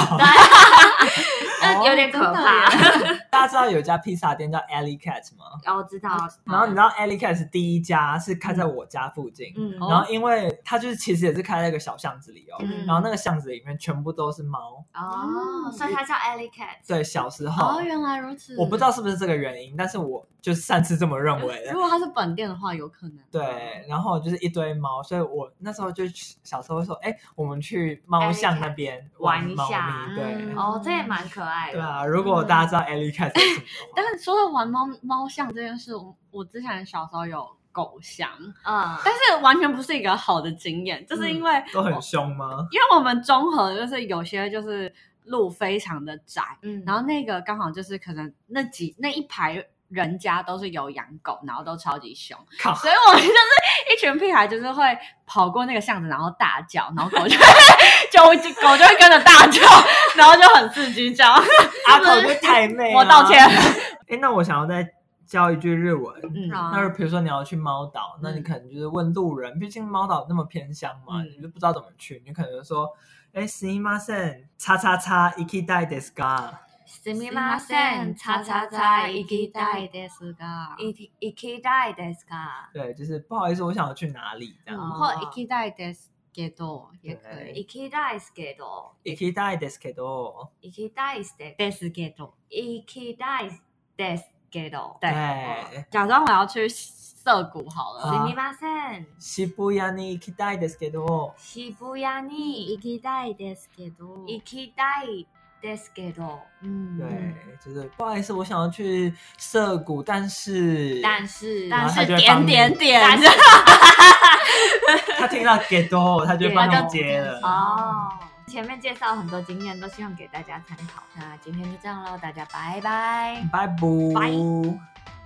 Speaker 3: 那有点可怕
Speaker 1: 哦。
Speaker 4: 大家知道有一家披萨店叫 Alley Cat 吗？
Speaker 3: 然后哦知道，
Speaker 4: 然后你知道 Alley Cat 是第一家是开在我家附近，
Speaker 3: 嗯
Speaker 1: 哦
Speaker 4: 然后因为它就是其实也是开在一个小巷子里哦，
Speaker 3: 嗯
Speaker 4: 然后那个巷子里面全部都是猫。
Speaker 3: 哦，所以它叫 Alley Cat。
Speaker 4: 对，小时候、
Speaker 1: 哦，原来如此，
Speaker 4: 我不知。道是不是这个原因，但是我就擅自这么认为了
Speaker 1: 如。果它是本店的话，有可能。
Speaker 4: 对，然后就是一堆猫，所以我那时候就去小时候说，哎，我们去猫
Speaker 3: Alley
Speaker 4: 巷
Speaker 3: Cat
Speaker 4: 那边
Speaker 3: 玩一
Speaker 4: 猫
Speaker 3: 下
Speaker 4: 咪，对。
Speaker 1: 嗯
Speaker 3: 哦，嗯这也蛮可爱
Speaker 4: 对
Speaker 3: 的。
Speaker 4: 啊，如果大家知道 Alley Cat 是什么的 话，
Speaker 1: 但是说到玩猫猫巷这件事，我我之前小时候有狗巷，
Speaker 4: 啊
Speaker 3: 嗯，
Speaker 1: 但是完全不是一个好的经验，就是因为、
Speaker 4: 都很凶吗？
Speaker 1: 因为我们综合就是有些就是路非常的窄，
Speaker 3: 嗯
Speaker 1: 然后那个刚好就是可能那几那一排人家都是有养狗，然后都超级凶，
Speaker 4: 靠
Speaker 1: 所以我们就是一群屁孩，就是会跑过那个巷子，然后大叫，然后狗就
Speaker 3: 哦
Speaker 1: 就就狗就会跟着大 叫，然后就很刺激叫。
Speaker 4: 阿口就太 妹、
Speaker 1: 我道歉。。
Speaker 4: 哎，那我想要再教一句日文。
Speaker 1: 嗯
Speaker 3: 好
Speaker 4: 那比如说你要去猫岛，那你可能就是问路人，毕竟猫岛那么偏乡嘛，
Speaker 1: 嗯
Speaker 4: 你就不知道怎么去，你就可能就说，哎，すみません、叉叉叉、行きたいですか？
Speaker 3: すみません、叉叉叉、行きたいですが、行き行きたいですが、
Speaker 4: 对，就是不好意思，我想要去哪里这样。
Speaker 1: 嗯
Speaker 3: 哦
Speaker 1: 或行きたいですけど也可以。
Speaker 3: 行きたいですけど、
Speaker 4: 行きたいですけど，
Speaker 3: 行きたいですけど、
Speaker 1: ですけど，
Speaker 3: 行きたいですけど、
Speaker 1: 对
Speaker 4: 对，
Speaker 1: 假装我要去涩谷好了。
Speaker 4: 啊
Speaker 3: すみません。
Speaker 4: 渋谷に行きたいですけど、
Speaker 3: 渋谷に行きたいですけど行きたいですけど
Speaker 1: 嗯，
Speaker 4: 对，就是不好意思，我想要去涩谷，但是
Speaker 3: 但是
Speaker 4: 然
Speaker 1: 但
Speaker 4: 后他
Speaker 1: 是
Speaker 4: 就会
Speaker 1: 点
Speaker 4: 帮你
Speaker 1: 点点，
Speaker 3: 但是
Speaker 4: 他听到 get 多，他就会帮
Speaker 1: 对他
Speaker 4: 你
Speaker 1: 就
Speaker 4: 接了。
Speaker 3: 哦，前面介绍很多经验都希望给大家参考。那今天就这样喽，大家拜拜。
Speaker 4: 拜拜。